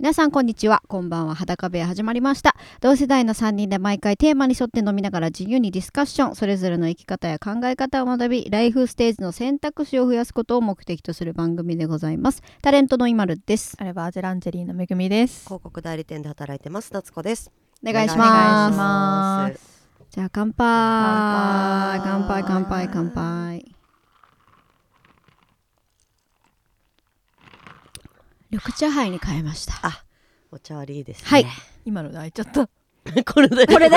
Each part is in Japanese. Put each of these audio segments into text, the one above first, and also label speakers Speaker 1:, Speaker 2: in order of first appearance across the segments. Speaker 1: 皆さんこんにちはこんばんは裸部屋始まりました同世代の3人で毎回テーマに沿って飲みながら自由にディスカッションそれぞれの生き方や考え方を学びライフステージの選択肢を増やすことを目的とする番組でございますタレントの今るです
Speaker 2: あれはアゼランジェリーのめぐみです。
Speaker 3: 広告代理店で働いてます夏子です
Speaker 1: お願いし
Speaker 2: お願
Speaker 1: ま
Speaker 2: い
Speaker 1: す
Speaker 2: しま
Speaker 1: じゃあ乾杯乾
Speaker 2: 乾
Speaker 1: 杯
Speaker 2: 杯
Speaker 1: 乾杯乾杯緑茶杯に変えました
Speaker 3: あお茶割りいいですね
Speaker 1: はい
Speaker 2: 今ので開いちゃった。
Speaker 3: これで
Speaker 1: これで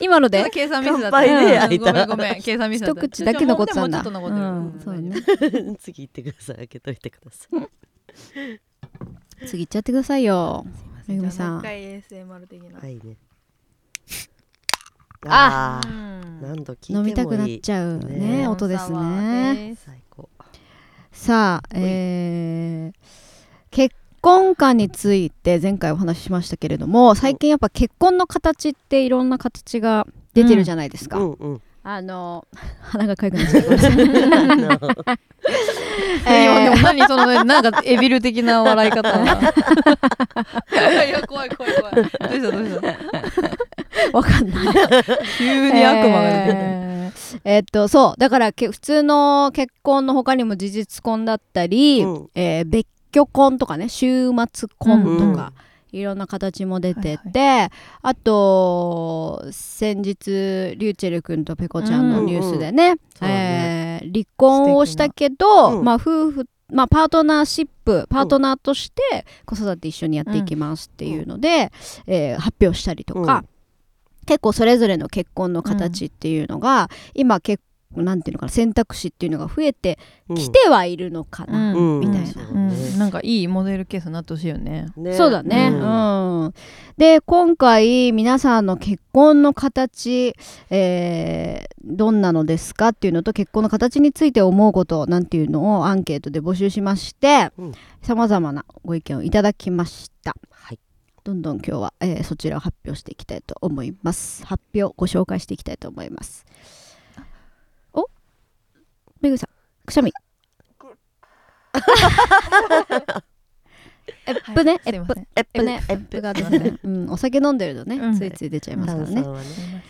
Speaker 1: 今ので
Speaker 2: 計算ミスだった。
Speaker 3: 乾杯ね
Speaker 2: うん
Speaker 3: 開いた
Speaker 2: ごめんごめん。計算ミスだった。
Speaker 1: 一口だけ残ってたんだ
Speaker 2: でももうちょっと残ってる。
Speaker 1: そうね
Speaker 3: 次行ってください開けといてください
Speaker 1: 次行っちゃってくださいよめぐみ
Speaker 2: じゃあ
Speaker 1: さ
Speaker 2: もうん一回 ASMR 的な。
Speaker 3: はいね
Speaker 1: あ
Speaker 3: あ
Speaker 2: う
Speaker 3: ー
Speaker 2: ん
Speaker 3: 何度聞いても
Speaker 1: 飲
Speaker 3: いい
Speaker 1: みたくなっちゃうね
Speaker 3: ねえ
Speaker 1: 音です
Speaker 2: モンサワー
Speaker 1: ね
Speaker 2: です。
Speaker 3: 最高
Speaker 1: さあ、えー結婚観について前回お話ししましたけれども最近やっぱ結婚の形っていろんな形が出てるじゃないですか、
Speaker 3: うんうん
Speaker 1: あの鼻がかゆくなっちゃい ましたえ
Speaker 2: 今
Speaker 1: ー
Speaker 2: でも何そのなんかエビル的な笑い方。いや怖い怖い怖い。どうしたどうした。
Speaker 1: わかんない
Speaker 2: 急に悪魔が出てきた。
Speaker 1: えーえーっとそうだからけ普通の結婚の他にも事実婚だったり、
Speaker 3: うん
Speaker 1: えー別居婚とかね週末婚とか、
Speaker 3: うん
Speaker 1: いろんな形も出てて、あと先日リューチェル君とペコちゃんのニュースでね,、
Speaker 3: うん
Speaker 1: えー離婚をしたけど、
Speaker 3: うん
Speaker 1: まあ、夫婦まあ、パートナーシップパートナーとして子育て一緒にやっていきますっていうので、えー発表したりとか、結構それぞれの結婚の形っていうのが、今結構なんていうのかな選択肢っていうのが増えてきてはいるのかな、
Speaker 3: うん
Speaker 1: みたいな
Speaker 3: そう
Speaker 2: う
Speaker 3: ね
Speaker 2: ん、なんかいいモデルケースになってほしいよね。
Speaker 3: ね
Speaker 1: そうだね、う
Speaker 3: うん
Speaker 1: んで今回皆さんの結婚の形、えーどんなのですかっていうのと結婚の形について思うことなんていうのをアンケートで募集しまして
Speaker 3: うん
Speaker 1: さまざまなご意見をいただきました
Speaker 3: はい
Speaker 1: どんどん今日は、えーそちらを発表していきたいと思います発表をご紹介していきたいと思いますおめぐさんく しゃみえっぷね、え
Speaker 2: すい
Speaker 1: っ
Speaker 2: ま
Speaker 1: ぷ
Speaker 2: せん。
Speaker 3: エッ
Speaker 1: やっぱね、エ
Speaker 3: エ
Speaker 1: ッ
Speaker 3: ッ
Speaker 1: プが
Speaker 2: す
Speaker 1: 出
Speaker 2: いませ
Speaker 1: て
Speaker 2: ん、
Speaker 1: うん、お酒飲んでるとね、
Speaker 2: うん
Speaker 1: ついつい出ちゃいますから
Speaker 3: 炭
Speaker 1: ね。
Speaker 3: 酸はね
Speaker 2: すいま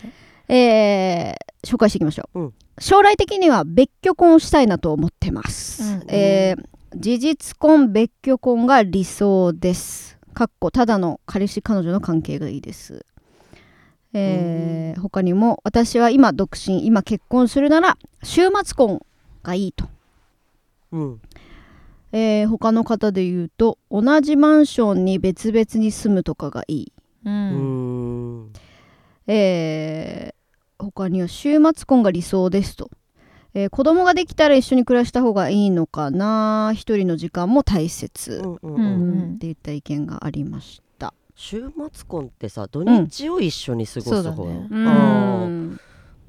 Speaker 2: せん。
Speaker 1: えー紹介していきましょう、
Speaker 3: うん
Speaker 1: 将来的には別居婚をしたいなと思ってます。
Speaker 2: うん
Speaker 1: えー事実婚、別居婚が理想です。かっこただの彼氏彼女の関係がいいです。えー他にも私は今独身今結婚するなら週末婚がいいと
Speaker 3: うん
Speaker 1: えー他の方で言うと同じマンションに別々に住むとかがいい、
Speaker 2: う。
Speaker 3: うんん
Speaker 1: えー他には週末婚が理想ですと、えー子供ができたら一緒に暮らした方がいいのかな一人の時間も大切、
Speaker 3: うんうん
Speaker 2: う
Speaker 3: うん
Speaker 2: ん
Speaker 1: っていった意見がありました
Speaker 3: 週末婚ってさ土日を一緒に過ごす方
Speaker 2: そうだね
Speaker 1: うん
Speaker 3: あー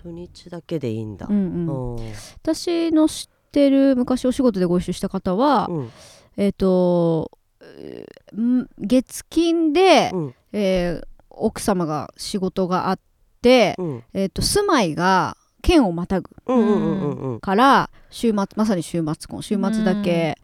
Speaker 3: 土日だけでいいんだ
Speaker 1: う
Speaker 3: うん
Speaker 1: うん
Speaker 3: ん
Speaker 1: 私の知ってる昔お仕事でご一緒した方は、
Speaker 3: うん
Speaker 1: えっ、と、えーん月金で、
Speaker 3: うん
Speaker 1: えー奥様が仕事があって、
Speaker 3: うん
Speaker 1: えっと住まいが県をまたぐ
Speaker 3: うんうんうんうん
Speaker 1: から週末まさに週末婚週末だけ、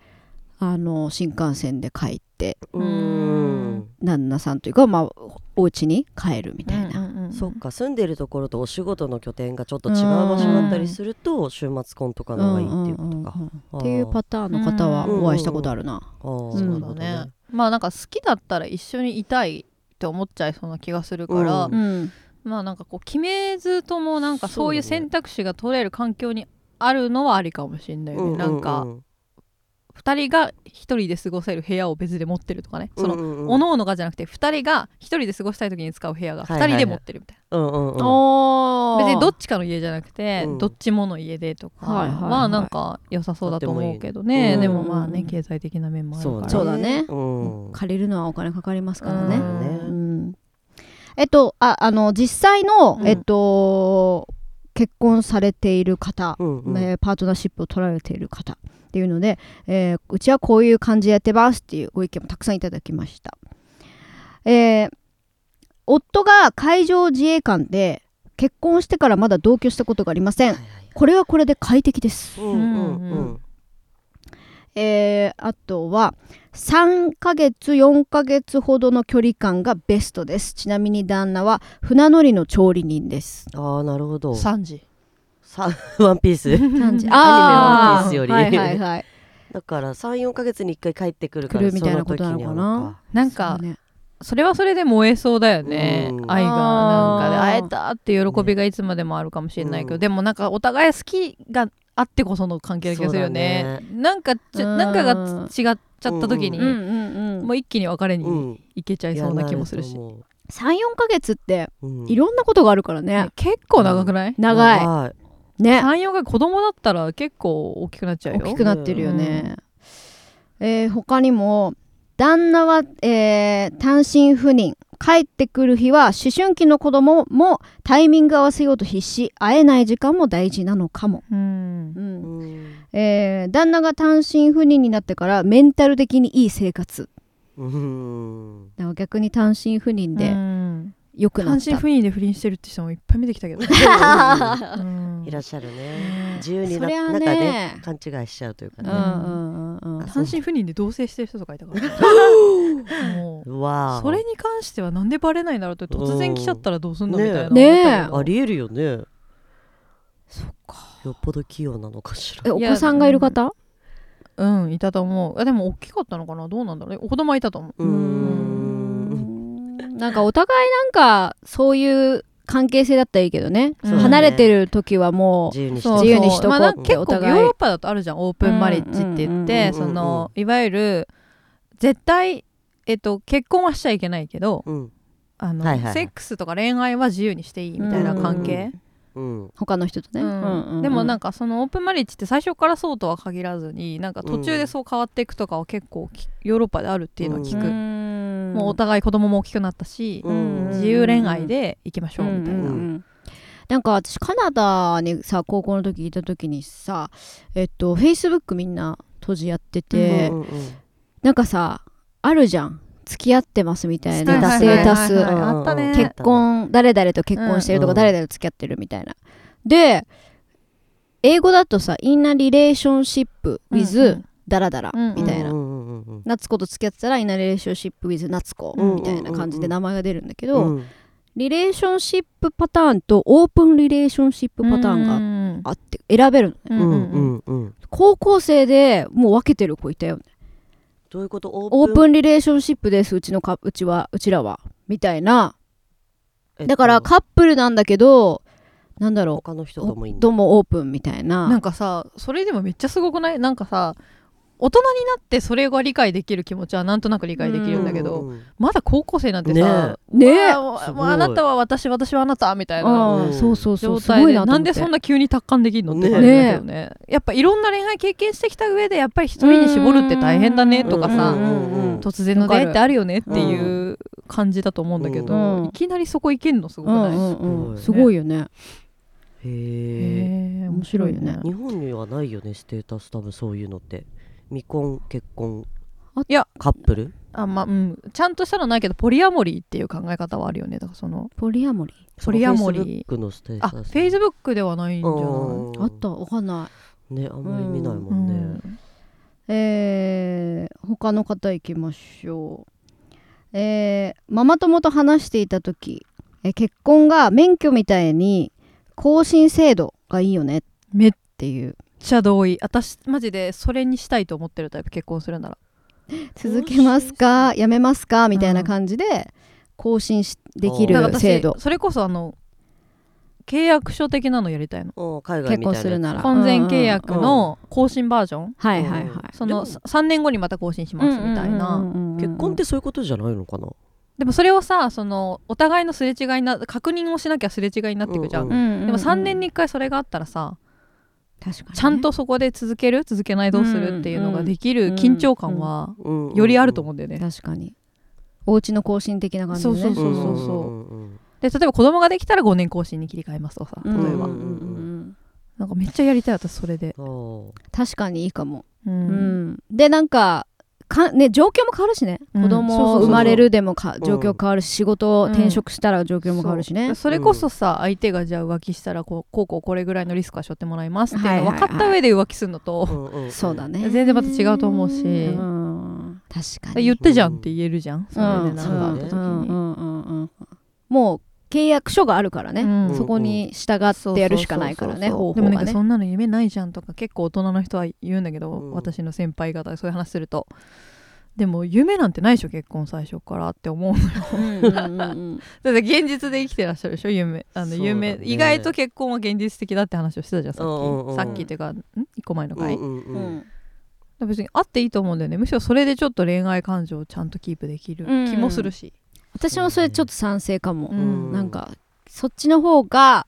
Speaker 1: あの新幹線で帰って
Speaker 3: う
Speaker 2: うん
Speaker 3: ん
Speaker 1: 旦那さんというか、まあ、お家に帰るみたいな、
Speaker 2: な
Speaker 3: そっか住んでるところとお仕事の拠点がちょっと違う場所だったりすると週末婚とかの方がいいっていうことか
Speaker 1: うんうんうん。
Speaker 3: あー
Speaker 1: っていうパターンの方はお会いしたことあるな、
Speaker 3: あー
Speaker 1: うん
Speaker 3: な
Speaker 2: そ
Speaker 3: る
Speaker 2: う
Speaker 3: ほ
Speaker 2: だ
Speaker 3: ど
Speaker 2: ね。まあなんか好きだったら一緒にいたいって思っちゃいそうな気がするから、
Speaker 3: う
Speaker 1: うん
Speaker 2: まあなんかこう決めずともなんかそういう
Speaker 3: そうだね
Speaker 2: 選択肢が取れる環境にあるのはありかもしれないよね、なんか2人が1人で過ごせる部屋を別で持ってるとかね、その
Speaker 3: お
Speaker 2: おのおのがじゃなくて2人が1人で過ごしたい時に使う部屋が
Speaker 3: はいはい
Speaker 2: 2人
Speaker 3: はい
Speaker 2: で持ってるみたいな、
Speaker 3: の
Speaker 1: おー
Speaker 2: 別にどっちかの家じゃなくて、
Speaker 3: うん
Speaker 2: どっちもの家でとか
Speaker 1: はいはいはい
Speaker 2: はなんか良さそうだと思うけどね、
Speaker 3: とって
Speaker 2: でも
Speaker 3: もいい
Speaker 2: まあ
Speaker 1: う
Speaker 2: ね
Speaker 1: ん
Speaker 2: 経済的な面もあるから
Speaker 1: そうだね
Speaker 3: うん
Speaker 1: 借りるのはお金かかりますからね、
Speaker 2: うん
Speaker 1: うんえっとああの実際の、
Speaker 2: うん
Speaker 1: えっと結婚されている方、
Speaker 3: うんうん
Speaker 1: えーパートナーシップを取られている方っていうので、えーうちはこういう感じでやってますっていうご意見もたくさんいただきました、えー夫が海上自衛官で結婚してからまだ同居したことがありません
Speaker 3: はいはい
Speaker 1: これはこれで快適です、
Speaker 3: うんうんうん
Speaker 1: えーあとは3ヶ月4ヶ月ほどの距離感がベストですちなみに旦那は船乗りの調理人です
Speaker 3: ああなるほど
Speaker 2: 3時
Speaker 3: さワンピース
Speaker 1: 3時
Speaker 3: アニメはワンピースより
Speaker 1: はいはいはい
Speaker 3: だから34か月に1回帰ってくるから
Speaker 1: 来るみたいなことなのかな
Speaker 3: そ
Speaker 2: なんか
Speaker 1: そうね
Speaker 2: それはそれで燃えそうだよね、
Speaker 3: うん
Speaker 2: 愛がなんかで
Speaker 1: あー
Speaker 2: 会えたって喜びがいつまでもあるかもしれないけど、
Speaker 3: うん
Speaker 2: でもなんかお互い好きがあってこその関係な気がするよねなんかちょ
Speaker 1: うん
Speaker 2: なんかがつ違っちゃった時に、
Speaker 1: うんうんうん
Speaker 2: もう一気に別れ
Speaker 3: う
Speaker 2: に
Speaker 3: ん
Speaker 2: 行けちゃいそうな気もするし、ね
Speaker 1: 34ヶ月ってい
Speaker 3: ろ
Speaker 1: ろんなことがあるからね
Speaker 2: 結構長くない、
Speaker 1: 長い
Speaker 3: はい
Speaker 1: ね
Speaker 2: 34が子供だったら結構大きくなっちゃう
Speaker 1: 大
Speaker 2: よ
Speaker 1: きくなってるよねえー他にも旦那は、えー単身赴任帰ってくる日は思春期の子供もタイミング合わせようと必死会えない時間も大事なのかも、
Speaker 2: うん
Speaker 1: うん
Speaker 3: うん
Speaker 1: えー旦那が単身赴任になってからメンタル的にいい生活
Speaker 3: うん
Speaker 1: だから逆に単身赴任
Speaker 2: う
Speaker 1: で
Speaker 2: ん
Speaker 1: 良く
Speaker 2: 単
Speaker 1: なった、
Speaker 2: 身赴任で不倫してるって人もいっぱい見てき たけど、うん
Speaker 3: いらっしゃるね自由に
Speaker 1: そ
Speaker 3: な
Speaker 1: りゃ
Speaker 3: なん
Speaker 1: ね
Speaker 3: かね勘違いしちゃうというか
Speaker 1: うん
Speaker 3: ね
Speaker 1: うんうんうん
Speaker 3: あ
Speaker 2: 単身赴任で同棲してる人とかいたからもう
Speaker 3: うわあ
Speaker 2: それに関してはなんでバレないんだろうって突然来ちゃったらどうすんだみたいな
Speaker 1: ねえ
Speaker 2: 思ったけど
Speaker 3: ありえるよね
Speaker 1: そっか
Speaker 3: よっぽど器用なのかしら
Speaker 1: えお子さんがいる方
Speaker 2: うんいたと思うあでも大きかったのかなどうなんだろうねお子供はいたと思う
Speaker 3: うーん
Speaker 1: なんかお互いなんかそういう関係性だったらいいけどね
Speaker 2: そうだね
Speaker 1: 離れてる時はもう
Speaker 3: 自由にして
Speaker 2: そう
Speaker 1: 自由にしとこう
Speaker 2: まあ
Speaker 1: って
Speaker 2: 結
Speaker 1: お
Speaker 2: 構ヨ
Speaker 1: 互い
Speaker 2: ーロッパだとあるじゃんオープンマリッジって言って、
Speaker 3: うんうんうんうん
Speaker 2: そのいわゆる絶対えっと結婚はしちゃいけないけど
Speaker 3: うん
Speaker 2: あの、
Speaker 3: はいはいはい
Speaker 2: セックスとか恋愛は自由にしていいみたいな関係、
Speaker 3: うん
Speaker 1: 他の人とね、
Speaker 2: うんでもなん
Speaker 1: か
Speaker 2: かそのオープンマリッジって最初からそうとは限らずになんか途中でそう変わっていくとかは結構きヨーロッパであるっていうのは聞く、もうお互い子供も大きくなったし、
Speaker 3: うん
Speaker 2: 自由恋愛で行きましょうみたいな、
Speaker 3: うんうん
Speaker 1: なんか私カナダにさ高校の時いた時にさえっとフェイスブックみんな閉じやってて、
Speaker 3: うんうんうん
Speaker 1: なんかさあるじゃん付き合ってますみたい
Speaker 3: ステータ
Speaker 1: な
Speaker 3: ス
Speaker 1: ステータス、
Speaker 2: はいはいはいはい
Speaker 3: うん
Speaker 2: あったね
Speaker 1: 結婚誰々と結婚してるとか、
Speaker 3: うん
Speaker 1: 誰々と付き合ってるみたいなで英語だとさ「インナリレーションシップ with ダラダラ」
Speaker 2: うんうん
Speaker 1: みたいな、
Speaker 3: うんうんうんうん
Speaker 1: 夏子と付き合ってたら「インナリレーションシップ with 夏子」
Speaker 3: うん
Speaker 1: みたいな感じで名前が出るんだけど、
Speaker 3: うん
Speaker 1: リレーションシップパターンとオープンリレーションシップパターンが
Speaker 2: が
Speaker 1: あって選べるのね
Speaker 2: う
Speaker 3: うん
Speaker 2: うんん
Speaker 3: う
Speaker 2: うん
Speaker 3: んうん
Speaker 1: 高校生でもう分けてる子いたよね
Speaker 3: どういうことオ
Speaker 1: オ
Speaker 3: ー
Speaker 1: ー
Speaker 3: プン
Speaker 1: プンリレーションシップですうちのかうちはうちらはみたいな
Speaker 3: えっと
Speaker 1: だからカップルなんだけどなんだろう
Speaker 3: 他の人ともいいんだ
Speaker 1: どうもオープンみたいな
Speaker 2: なんかさそれでもめっちゃすごくないなんかさ大人になってそれが理解できる気持ちはなんとなく理解できるんだけど、
Speaker 3: うんうんうん
Speaker 2: まだ高校生なんて
Speaker 3: ねえ
Speaker 2: さ「
Speaker 1: ねえ
Speaker 2: わあわあ
Speaker 3: すごい
Speaker 2: わああなたは私私はあなた」みたいな
Speaker 1: あ
Speaker 3: う
Speaker 1: あ
Speaker 3: ん
Speaker 1: そうそうそ
Speaker 2: 状
Speaker 1: うすご
Speaker 2: 態
Speaker 1: い
Speaker 2: で
Speaker 1: なと
Speaker 2: な
Speaker 1: 思っ
Speaker 2: ん
Speaker 1: て
Speaker 2: でそんな急に達観できるのって
Speaker 3: ね
Speaker 2: 感じだけどねやっぱいろんな恋愛経験してきた上でやっぱり一人に絞るって大変だねとか
Speaker 3: う
Speaker 2: さ
Speaker 3: んうんうんうん
Speaker 2: 突然の出会いってあるよねっていう感じだと思うんだけど、
Speaker 1: うん
Speaker 2: いきなりそこ行けるのすご
Speaker 1: う
Speaker 2: くない、へ
Speaker 1: んうんうん
Speaker 3: す
Speaker 1: す
Speaker 2: ごいね
Speaker 1: ごいよね
Speaker 3: へえ
Speaker 2: え
Speaker 1: 面白いよね
Speaker 3: 日本にはないよねステータス多分そういうのって未婚結婚
Speaker 2: いや
Speaker 3: カップル
Speaker 2: あまあうんちゃんとしたのないけどポリアモリーっていう考え方はあるよねだからその
Speaker 1: ポリアモリ
Speaker 2: ポリアモリー
Speaker 3: フェイスブックのステー
Speaker 2: あ
Speaker 3: タス
Speaker 2: フェイスブックではないんじゃない、
Speaker 3: うん
Speaker 1: ーあったわかんない
Speaker 3: ねあんまり見ないも
Speaker 2: うん
Speaker 3: ね、
Speaker 2: ん
Speaker 1: えー他の方行きましょうえーママ友と話していた時え結婚が免許みたいに更新制度がいいよねっ
Speaker 2: めって
Speaker 1: いう
Speaker 2: ちゃ同意私マジでそれにしたいと思ってるタイプ結婚するなら
Speaker 1: 続けますかやめますかみたいな感じで更新しでき
Speaker 3: だ
Speaker 1: る
Speaker 3: から
Speaker 1: 制度
Speaker 2: 私それこそあの契約書的なのやりたいの
Speaker 3: うん海
Speaker 1: 結
Speaker 3: 外みたいな
Speaker 1: 婚するなら
Speaker 2: 完全契約の更新バージョン、
Speaker 1: はいはいはい
Speaker 2: そ
Speaker 3: で
Speaker 2: の
Speaker 3: も
Speaker 2: さ3年後にまた更新しますみたいな、
Speaker 1: うんうんうんうんうん
Speaker 3: 結婚ってそういうことじゃないのかな、
Speaker 2: でもそれをさそのお互いのすれ違いな確認をしなきゃすれ違いになっていくじゃん、
Speaker 3: うん
Speaker 1: うんうんうん
Speaker 2: でも3年に1回それがあったらさ、
Speaker 1: 確かにね
Speaker 2: ちゃんとそこで続ける続けないどうするっていうのができる緊張感は
Speaker 3: うん
Speaker 2: よりあると思うんだよね、
Speaker 1: 確かにお家の更新的な感じでね
Speaker 2: そうそうそうそで例えば子供ができたら5年更新に切り替えますとかさ例え
Speaker 1: ん
Speaker 2: ば、
Speaker 1: んん
Speaker 2: なんかめっちゃやりたい私それで、
Speaker 3: うんあー
Speaker 1: 確かにいいかも、
Speaker 2: う
Speaker 1: うんんでなんかかんね、状況も変わるしね、
Speaker 2: うん
Speaker 1: 子
Speaker 2: そうそう
Speaker 1: 供
Speaker 2: そう
Speaker 1: 生まれるでもか状況変わるし、仕事を
Speaker 2: うん
Speaker 1: 転職したら状況も変わるしね、
Speaker 2: それこそさ相手がじゃあ浮気したらこうこうこうこれぐらいのリスクは背負ってもらいますっていうの
Speaker 1: はいはい
Speaker 2: 分
Speaker 1: は
Speaker 2: か
Speaker 1: い
Speaker 2: った上で浮気するのと
Speaker 3: うんうんうん
Speaker 1: そうだね
Speaker 2: 全然また違うと思うし
Speaker 1: うん確かに
Speaker 2: 言ったじゃんって言えるじゃんそれ
Speaker 1: うん
Speaker 2: でなんかあった時
Speaker 1: うんうん
Speaker 2: に
Speaker 1: うんうんもう契約書があるからね、
Speaker 2: うん
Speaker 1: そこに従ってやるしかないからね
Speaker 2: そうそ
Speaker 1: 方
Speaker 2: うそうそうで
Speaker 1: 法
Speaker 2: も
Speaker 1: は
Speaker 2: なんか
Speaker 1: ね
Speaker 2: そんなの夢ないじゃんとか結構大人の人は言うんだけど、
Speaker 3: うん
Speaker 2: 私の先輩方でそういう話するとでも夢なんてないでしょ結婚最初からって思うのよ
Speaker 1: うんうんうんうん
Speaker 2: だって現実で生きてらっしゃるでしょ夢あの
Speaker 3: そうだね
Speaker 2: 夢、意外と結婚は現実的だって話をしてたじゃんさっき、
Speaker 3: うんうんうん
Speaker 2: さっきっていうかん一個前の回、
Speaker 3: うんう
Speaker 1: う
Speaker 3: んうん
Speaker 1: ん
Speaker 2: 別にあっていいと思うんだよねむしろそれでちょっと恋愛感情をちゃんとキープできる
Speaker 1: うん
Speaker 2: 気もするし、
Speaker 1: 私もそれちょっと賛成かも、
Speaker 2: うん
Speaker 1: なんかそっちの方が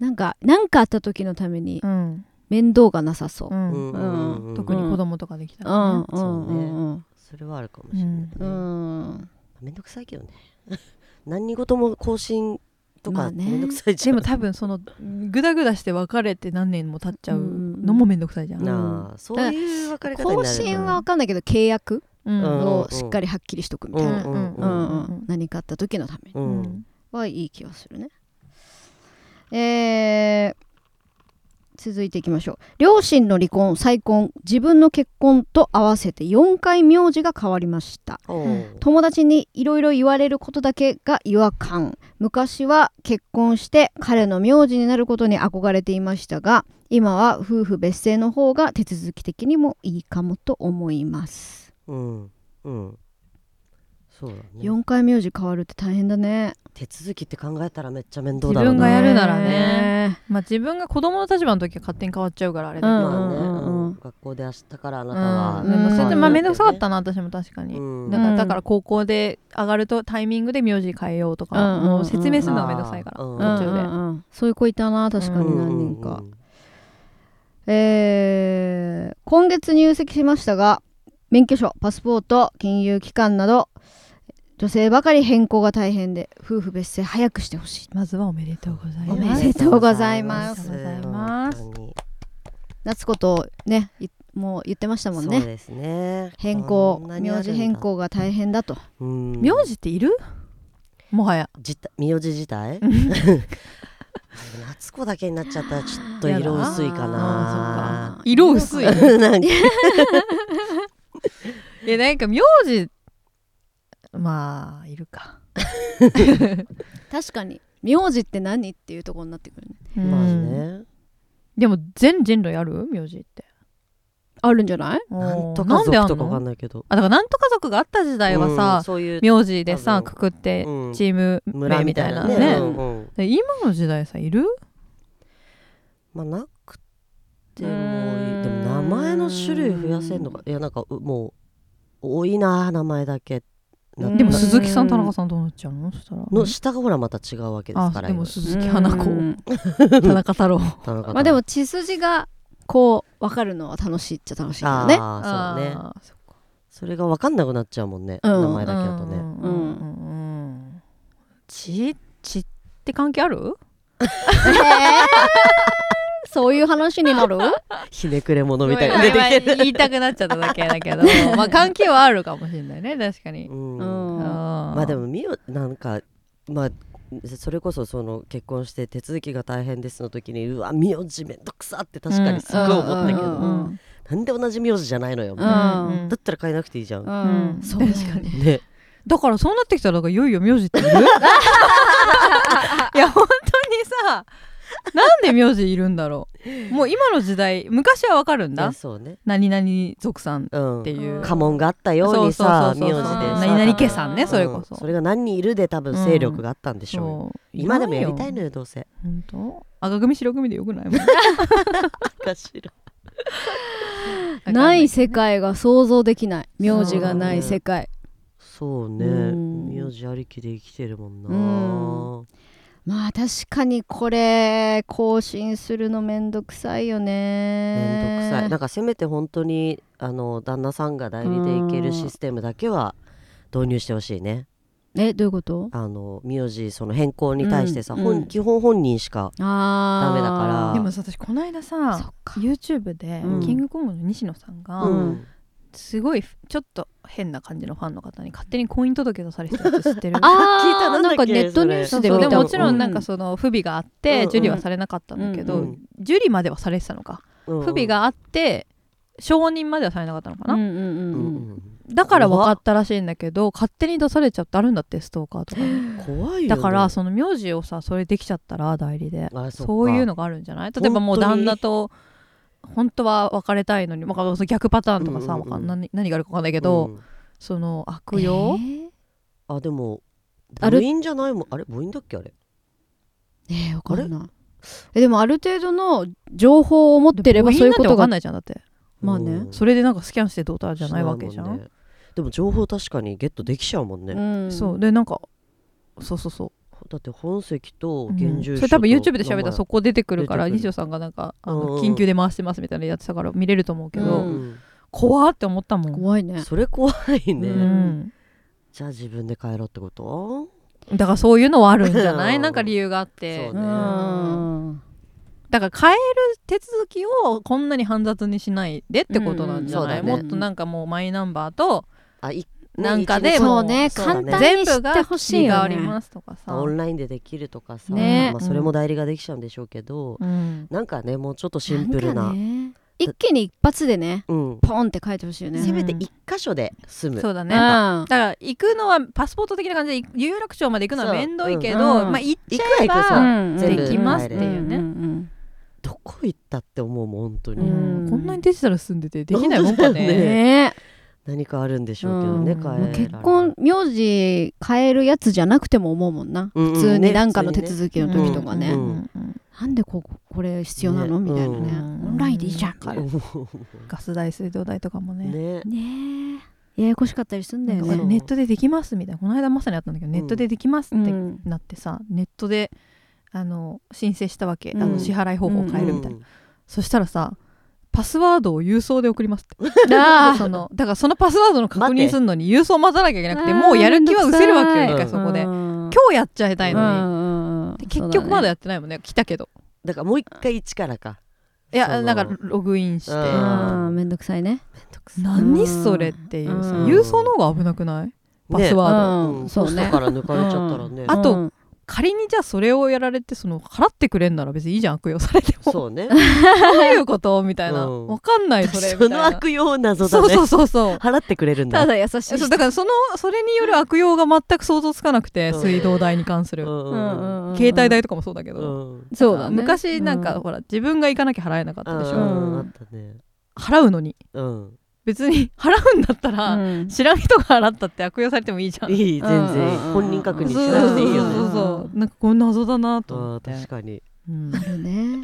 Speaker 1: なんか何かあった時のために
Speaker 2: うん
Speaker 1: 面倒がなさそう、
Speaker 2: う
Speaker 3: う
Speaker 2: ん
Speaker 3: んうんうん
Speaker 2: 特に子供とかできた
Speaker 1: う
Speaker 2: ら
Speaker 1: ん
Speaker 2: ね、
Speaker 1: うんうん
Speaker 3: それはあるかもしれないね
Speaker 1: うんうん
Speaker 3: めんどくさいけどね 何に事も更新と
Speaker 1: ま
Speaker 3: か
Speaker 1: あ
Speaker 3: め
Speaker 1: ね
Speaker 3: んどくさいじ
Speaker 2: で
Speaker 3: ゃん、
Speaker 2: も多分そのグダグダして別れて何年も経っちゃうのもめんどくさいじゃん、
Speaker 1: うん
Speaker 3: なあそういう別れ方に
Speaker 1: 更
Speaker 3: なる
Speaker 1: 新は分かんないけど契約
Speaker 2: うん
Speaker 3: うん
Speaker 1: をしっかりはっきりしとくみたいな、
Speaker 3: うんうん
Speaker 1: うんうん何かあった時のために
Speaker 3: う、
Speaker 2: うんん
Speaker 1: はいい気がするねえー続いていきましょう両親の離婚再婚自分の結婚と合わせて4回名字が変わりました
Speaker 3: おう
Speaker 1: 友達にいろいろ言われることだけが違和感昔は結婚して彼の名字になることに憧れていましたが今は夫婦別姓の方が手続き的にもいいかもと思います
Speaker 3: うんうんそうだね
Speaker 1: 4回名字変わるって大変だね
Speaker 3: 手続きって考えたらめっちゃ面倒だ
Speaker 2: 自
Speaker 3: ろう
Speaker 2: 分が
Speaker 3: な
Speaker 2: やるならねまあ自分が子供の立場の時は勝手に変わっちゃうからあれだけ
Speaker 1: う
Speaker 2: ど、
Speaker 1: ん
Speaker 3: まあね、
Speaker 1: うんうん
Speaker 3: 学校で明日からあなたは、
Speaker 2: う
Speaker 1: うん
Speaker 2: ん、それで
Speaker 1: うん
Speaker 2: まあ面倒くさかったな私も確かに、
Speaker 3: うん
Speaker 2: だから
Speaker 1: うん
Speaker 2: だから高校で上がるとタイミングで名字変えようとか、
Speaker 1: うん
Speaker 2: もう説明するのが面倒くさいから、
Speaker 3: うん
Speaker 2: 途中
Speaker 1: う
Speaker 2: で、
Speaker 1: んうんうんそういう子いたな確かに何人か、えー今月入籍しましたが免許証パスポート金融機関など女性ばかり変更が大変で夫婦別姓早くしてほしい
Speaker 2: まずはおめでとうござい
Speaker 1: お
Speaker 2: ま
Speaker 1: め
Speaker 2: す
Speaker 1: でとうございます
Speaker 3: おめでとうございます本当に
Speaker 1: 夏子とねいもう言ってましたもん
Speaker 3: そう
Speaker 1: ね
Speaker 3: ですね
Speaker 1: 変更
Speaker 3: こんなにある
Speaker 1: 名
Speaker 3: んだ
Speaker 1: 字変更が大変だと
Speaker 3: うん
Speaker 2: 名字っているもはや
Speaker 3: 自体名字自体 夏子だけになっちゃったらちょっと色薄い
Speaker 1: あー
Speaker 3: か
Speaker 1: そっ
Speaker 3: な
Speaker 1: か
Speaker 2: 色 薄い
Speaker 3: なんか
Speaker 2: えなんか名字まあいるか
Speaker 1: 確かに名字って何っていうところになってくるね
Speaker 3: まあ
Speaker 2: うん
Speaker 3: ね
Speaker 2: でも全人類ある名字って
Speaker 1: あるんじゃない
Speaker 3: なんと
Speaker 2: おー
Speaker 3: か
Speaker 2: んであ
Speaker 3: 族
Speaker 2: ん
Speaker 3: とか
Speaker 2: の
Speaker 3: わかんないけど
Speaker 2: あだからなんとか族があった時代は
Speaker 3: うん
Speaker 2: さ、
Speaker 3: そういう
Speaker 2: 名字でさ
Speaker 3: 多分
Speaker 2: くくって
Speaker 3: うん
Speaker 2: チーム
Speaker 3: 村
Speaker 2: 名
Speaker 3: み
Speaker 2: み
Speaker 3: た
Speaker 2: た
Speaker 3: い
Speaker 2: い
Speaker 3: な
Speaker 2: な
Speaker 3: ね
Speaker 2: ね
Speaker 1: うん
Speaker 3: うんうん
Speaker 2: で今の時代さいる
Speaker 3: まあなくても
Speaker 1: うーん
Speaker 3: いいでも名前の種類増やせんのかいやなんかうもう多いな名前だけなったら
Speaker 2: でも
Speaker 1: うん
Speaker 2: 鈴木さん田中さんどうなっちゃうのそしたら
Speaker 3: の下がほらまた違うわけです
Speaker 2: あ
Speaker 3: から
Speaker 2: でも
Speaker 3: 今
Speaker 2: 鈴木花子
Speaker 1: うん
Speaker 2: 田中太郎
Speaker 3: 田中さん
Speaker 1: まあでも血筋がこう分かるのは楽しいっちゃ楽しいよね
Speaker 3: ああそうね
Speaker 2: あーそっか
Speaker 3: それが分かんなくなっちゃうもんね、
Speaker 1: うん
Speaker 3: 名前だけだと
Speaker 2: う
Speaker 3: ね
Speaker 2: んうんうんうん血血って関係ある
Speaker 1: えーそういう話になる
Speaker 3: ひねくれ者みたい
Speaker 2: ご
Speaker 3: な
Speaker 2: め
Speaker 3: 出
Speaker 2: ん
Speaker 3: て
Speaker 2: 今
Speaker 3: きて
Speaker 2: 言いたくなっちゃっただけだけどまあ関係はあるかもしれないね確かに、
Speaker 3: うん
Speaker 1: うん
Speaker 3: ま
Speaker 2: ま
Speaker 3: あでもみよなんかまあそれこそその結婚して手続きが大変ですの時にうわ名字めんどくさって確かにすごい思ったけど、
Speaker 1: うんうんうんうん
Speaker 3: なんで同じ名字じゃないのよ、
Speaker 1: う
Speaker 3: だ
Speaker 1: ん
Speaker 3: ったら変えなくていいじゃん、
Speaker 1: うん
Speaker 2: うん
Speaker 1: そうだよ
Speaker 2: 確かに
Speaker 3: ね
Speaker 2: だからそうなってきたらなんかいよいよ名字って いるいや本当にさなんで名字いるんだろうもう今の時代昔はわかるん
Speaker 3: いや
Speaker 2: だ
Speaker 3: そうね
Speaker 2: 何々族さんっ
Speaker 3: うん
Speaker 2: てい
Speaker 1: う
Speaker 2: う、
Speaker 1: ん
Speaker 3: 家紋があったようにさ
Speaker 2: そう
Speaker 3: 名
Speaker 2: そう
Speaker 3: 字
Speaker 2: そ
Speaker 3: で
Speaker 2: うそう
Speaker 3: さ
Speaker 2: 何々家さんね
Speaker 3: うん
Speaker 2: それこそ
Speaker 3: それが何人いるで多分勢力があったんでしょうよ、
Speaker 2: そう
Speaker 3: 今でもやりたいの
Speaker 2: よ
Speaker 3: よどうせ
Speaker 2: 本当赤組白組でよくないもん
Speaker 3: かしら
Speaker 1: ない世界が想像できない名字がない世界
Speaker 3: そうね
Speaker 1: うん
Speaker 3: 名字ありきで生きてるもんな、
Speaker 1: うんまあ確かにこれ更新するのめんどくさいよ
Speaker 3: めんど
Speaker 1: ね
Speaker 3: くさいなんかせめて本当にあの旦那さんが代理でいけるシステムだけは導入してほしいね
Speaker 1: えどういうこと
Speaker 3: あの名字その変更に対してさ、
Speaker 1: うん
Speaker 3: 本
Speaker 1: うん
Speaker 3: 基本本人しか
Speaker 1: あー
Speaker 3: ダメだから
Speaker 2: でもさ私この間
Speaker 1: そ
Speaker 2: さ
Speaker 1: っか
Speaker 2: YouTube で、
Speaker 1: うん
Speaker 2: キングコングの西野さんが、
Speaker 1: うん
Speaker 2: すごいちょっと変な感じのファンの方に勝手に婚姻届出されてたって知っ てる
Speaker 3: 聞いたなんだっ
Speaker 1: な
Speaker 3: け
Speaker 1: んかネットニュース
Speaker 2: そう
Speaker 1: で
Speaker 2: そう
Speaker 1: 見
Speaker 2: で
Speaker 1: た
Speaker 2: ももちろ
Speaker 1: うん
Speaker 2: なんかその不備があっ
Speaker 3: うん
Speaker 2: て、
Speaker 3: うん
Speaker 2: 受理はされなかったんだけど、
Speaker 1: うん
Speaker 2: 受理まではされてたのか、
Speaker 3: うん
Speaker 2: 不備があって承認まではされなかったのかな、
Speaker 1: うんうんう
Speaker 3: うん
Speaker 1: んうん
Speaker 3: うん
Speaker 2: だから分かったらしいんだけど勝手に出されちゃってあるんだってストーカーとかに
Speaker 3: 怖いよね
Speaker 2: だからその名字をさそれできちゃったら代理で
Speaker 3: あそっか
Speaker 2: そういうのがあるんじゃない例えばもう
Speaker 3: 本当
Speaker 2: 旦
Speaker 3: に
Speaker 2: 那と本当は別れたいのに、まあ、その逆パターンとかさ、
Speaker 3: うんうんうん
Speaker 2: わかん何何があるか分かんないけど、
Speaker 3: うん
Speaker 2: その悪用、
Speaker 1: え
Speaker 3: あでも
Speaker 1: ある
Speaker 3: 部員じゃないもんあれ部員だっけあれ
Speaker 1: ーねえわかんないえでもある程度の情報を持ってればそういうこ
Speaker 2: 部員なんて
Speaker 1: と
Speaker 2: 分か
Speaker 1: が
Speaker 2: んないじゃんだって
Speaker 1: まあね
Speaker 3: うん
Speaker 2: それでなんかスキャンしてどうたらじゃないわけじゃん
Speaker 3: しな、いもねでも情報確かにゲットできちゃうもんね、
Speaker 1: うん
Speaker 2: そうでなんかそうそうそう
Speaker 3: だって本籍と
Speaker 2: うん
Speaker 3: 現住所と、
Speaker 2: それ多分 YouTube で調べたらそ
Speaker 3: こ
Speaker 2: こ出てくるから
Speaker 3: 出てくる
Speaker 2: 西野さんがなんかあ
Speaker 3: うんう
Speaker 2: の
Speaker 3: ん
Speaker 2: 緊急で回してますみたいなのやってたから見れると思うけど、
Speaker 1: うん
Speaker 2: 怖って思ったもん、
Speaker 1: 怖いね
Speaker 3: それ怖いね、
Speaker 2: うん
Speaker 3: じゃあ自分で帰ろうってこと
Speaker 2: だからそういうのはあるんじゃな
Speaker 3: う
Speaker 2: い
Speaker 3: ん
Speaker 2: なんか理由があって
Speaker 3: そうね
Speaker 1: ん
Speaker 2: だから変える手続きをこんなに煩雑にしないでってことなんじゃない、
Speaker 3: うんそうだね
Speaker 2: もっとなんかもうマイナンバーと
Speaker 3: あい
Speaker 2: なんか
Speaker 3: ね
Speaker 2: で
Speaker 3: 一日
Speaker 1: そう
Speaker 2: も
Speaker 1: ね
Speaker 3: そうだ
Speaker 1: 簡
Speaker 3: ね
Speaker 1: 単にしてほしい
Speaker 2: 全部
Speaker 1: よ
Speaker 2: が
Speaker 1: ね
Speaker 2: りますとかさ、
Speaker 3: オンラインでできるとかさ、
Speaker 1: ね
Speaker 3: まあ、それも代理ができちゃうんでしょうけど、
Speaker 2: うん
Speaker 3: なんかねもうちょっとシンプルな
Speaker 1: なんかね一気に一発でね
Speaker 3: うん、
Speaker 1: ポンって書いてほしいよね
Speaker 3: せめて一箇所で済む、
Speaker 2: そうだ
Speaker 1: う
Speaker 2: ね、
Speaker 1: ん
Speaker 2: だから行くのはパスポート的な感じで有楽町まで行くのは
Speaker 3: そう
Speaker 2: 面倒いけど、
Speaker 1: うんうん
Speaker 2: まあ行っち
Speaker 3: 行く
Speaker 2: ゃ
Speaker 3: は
Speaker 2: え
Speaker 3: 行く
Speaker 2: ば、
Speaker 3: そ
Speaker 1: う
Speaker 3: う、
Speaker 1: ん
Speaker 3: 全部
Speaker 2: できますって
Speaker 3: 帰れる
Speaker 2: いうね
Speaker 1: ん
Speaker 3: どこ行ったって思うもん本当
Speaker 1: う
Speaker 3: に、
Speaker 1: ん
Speaker 2: こんなにデジタル進んでてできないもんか
Speaker 3: 本当だ
Speaker 1: うん
Speaker 3: よ
Speaker 2: ね。
Speaker 1: ね
Speaker 3: 何かあるんでしょうけどね、
Speaker 2: うん
Speaker 3: 帰ら
Speaker 1: えも
Speaker 3: れな
Speaker 1: う
Speaker 3: い
Speaker 1: 結婚名字変えるやつじゃなくても思うもんな
Speaker 3: うんうん
Speaker 1: 普通に
Speaker 3: ね
Speaker 1: なんかの
Speaker 3: 普通
Speaker 1: 手
Speaker 3: にね
Speaker 1: 続きの時とか
Speaker 3: う
Speaker 1: ね
Speaker 3: ん
Speaker 1: なんでここれ必要なの
Speaker 3: ね
Speaker 1: みたいなね
Speaker 2: うん
Speaker 1: オンラインでいいじゃん
Speaker 3: う
Speaker 1: から
Speaker 3: ん
Speaker 2: ガス代水道代とかもね
Speaker 3: ね
Speaker 1: ねえややこしかったりすんだよ
Speaker 2: なんか
Speaker 1: ね
Speaker 3: そう
Speaker 2: ネットでできますみたいなこの間まさにあったんだけど、
Speaker 3: ん
Speaker 2: ネットでできますって
Speaker 1: うん
Speaker 2: なってさネットであの申請したわけ、
Speaker 1: うん
Speaker 2: あの支払い方法を変えるみたいな、
Speaker 3: うん
Speaker 2: そしたらさパスワードを郵送で送りますって
Speaker 1: あ
Speaker 2: そのだからそのパスワードの確認するのに郵送待たなきゃいけなくてもうやる気は失せるわけよ一回そこで、今
Speaker 1: 今
Speaker 2: 日やっちゃいたいのに、
Speaker 1: の
Speaker 2: で結局まだ
Speaker 1: や
Speaker 2: やってないもんね来たけど
Speaker 3: だからもう一回一からか
Speaker 2: いや
Speaker 3: その
Speaker 2: なんかログインして、
Speaker 3: うん
Speaker 1: めんどくさいね
Speaker 2: 何それっていうさ、
Speaker 1: うん
Speaker 2: 郵送の方が危なくないパスワード、
Speaker 1: うん
Speaker 3: そ
Speaker 1: そうう
Speaker 3: ね
Speaker 1: ね
Speaker 3: ポストから抜かれちゃったらね、
Speaker 2: あと
Speaker 1: うん
Speaker 2: 仮にじゃあそれをやられてその払ってくれんなら別にいいじゃん悪用されても
Speaker 3: そうね
Speaker 2: どういうことみたいな、
Speaker 3: うん
Speaker 2: わかんないそれみた
Speaker 3: そ
Speaker 2: いな
Speaker 3: の悪用謎だ
Speaker 2: そ
Speaker 3: ね
Speaker 2: うそうそうそう
Speaker 3: 払ってくれるんだ
Speaker 1: ただ優し い人
Speaker 2: そうだからそのそれによる悪用が全く想像つかなくて、
Speaker 3: うん
Speaker 2: 水道代に関する、
Speaker 3: うん
Speaker 2: 携帯代とかもそうだけど、
Speaker 3: うん
Speaker 1: そうだね
Speaker 2: 昔なんか、
Speaker 1: うん
Speaker 2: ほら自分が行かなきゃ払えなかったでしょ、
Speaker 1: うん
Speaker 3: あったね
Speaker 2: 払うのに
Speaker 3: うん
Speaker 2: 別に払うんだったら、
Speaker 1: うん
Speaker 2: 知らん人が払ったって悪用されてもいいじゃん
Speaker 3: いい全
Speaker 1: うん
Speaker 3: 然
Speaker 1: うん
Speaker 3: 本人確認し
Speaker 2: そう
Speaker 3: な
Speaker 2: そう
Speaker 3: くていいよ
Speaker 2: そ
Speaker 3: ね
Speaker 2: うそうなんかこう謎だなと
Speaker 3: あ
Speaker 2: 思っ
Speaker 3: あ
Speaker 2: て
Speaker 3: 確、かに
Speaker 2: うん、で
Speaker 1: あるね